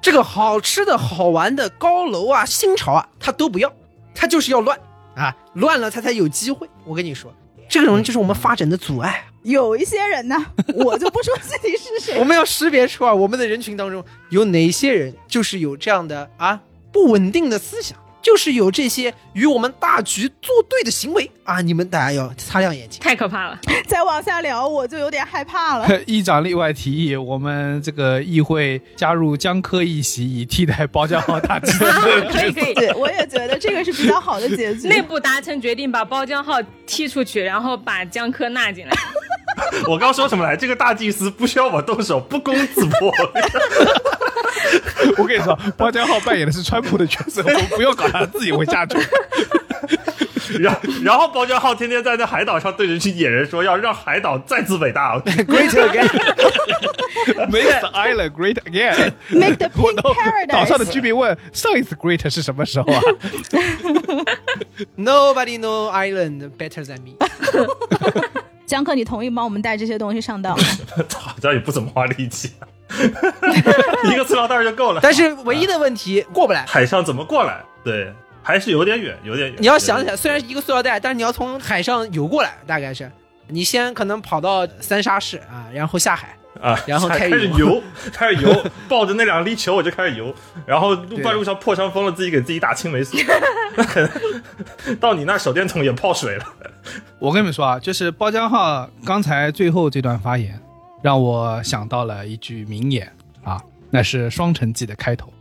Speaker 4: 这个好吃的好玩的高楼啊、新潮啊，他都不要，他就是要乱啊，乱了他才有机会。我跟你说，这种人就是我们发展的阻碍。
Speaker 7: 有一些人呢， 我就不说自己是
Speaker 4: 我
Speaker 7: 谁，
Speaker 4: 们要识别出啊，我们的人群当中有哪些人就是有这样的啊不稳定的思想，就是有这些与我们大局作对的行为啊，你们大家要擦亮眼睛。
Speaker 3: 太可怕了。
Speaker 7: 再往下聊我就有点害怕 了。
Speaker 5: 议长例外提议，我们这个议会加入江科一席，以替代包浆号大 旗。
Speaker 3: 可以可以，
Speaker 7: 对，我也觉得这个是比较好的结局。
Speaker 3: 内部达成决定，把包浆号踢出去，然后把姜科纳进来。
Speaker 6: 我刚说什么来？这个大祭司不需要我动手，不攻自破。
Speaker 5: 我跟你说，包浆号扮演的是川普的角色，我们不用搞他，自己会 下去。
Speaker 6: 然后然后包浆号天天在那海岛上对着去野人说，要让海岛再次伟大。
Speaker 4: Great again，
Speaker 5: Make the island great again。
Speaker 7: Make the pink
Speaker 5: 我都
Speaker 7: paradise
Speaker 5: 岛上的居民问：上一次 great 是什么时候啊？
Speaker 4: Nobody know Ireland better than me。
Speaker 7: 江克，你同意帮我们带这些东西上岛吗？
Speaker 6: 好像也不怎么花力气、啊 一个塑料袋就够了。
Speaker 4: 但是唯一的问题过不来。
Speaker 6: 海上怎么过来？对，还是有点远，有点远。
Speaker 4: 你要想起来，虽然是一个塑料袋，但是你要从海上游过来，大概是你先可能跑到三沙市啊，然后下海，
Speaker 6: 啊，
Speaker 4: 然后
Speaker 6: 开
Speaker 4: 开始
Speaker 6: 始游，开始游，抱着那两粒球我就开始游，然后路半路上破伤风了，自己给自己打青霉素， 那可能到你那儿手电筒也泡水了。
Speaker 5: 我跟你们说啊，就是包浆浩刚才最后这段发言，让我想到了一句名言啊，那是《双城记》的开头。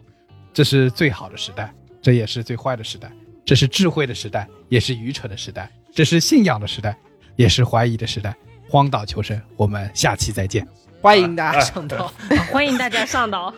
Speaker 5: 这是最好的时代，这也是最坏的时代，这是智慧的时代，也是愚蠢的时代，这是信仰的时代，也是怀疑的时代。荒岛求生，我们下期再见。
Speaker 4: 欢迎大家上岛。
Speaker 3: 欢迎大家上岛。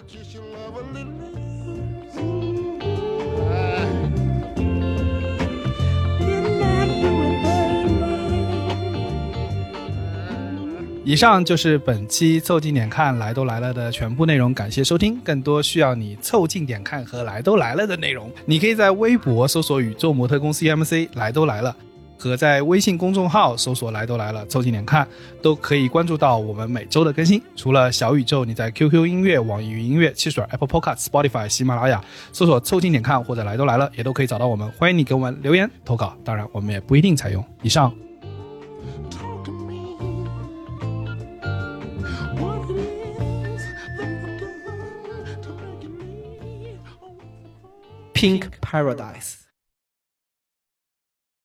Speaker 5: 以上就是本期《凑近点看》来都来了的全部内容，感谢收听。更多需要你凑近点看 E 和来都来了的内容，你可以在微博搜索“宇宙模特公司 EMC 来都来了”，和在微信公众号搜索“来都来了”，凑近点看，都可以关注到我们每周的更新。除了小宇宙，你在 QQ 音乐、网易云音乐、汽水、Apple Podcast、Spotify、喜马拉雅搜索“凑近点看”或者“来都来了”，也都可以找到我们。欢迎你给我们留言投稿，当然我们也不一定采用。以上。
Speaker 9: Talk to me. What it is that you've done to make me.
Speaker 4: Pink Paradise。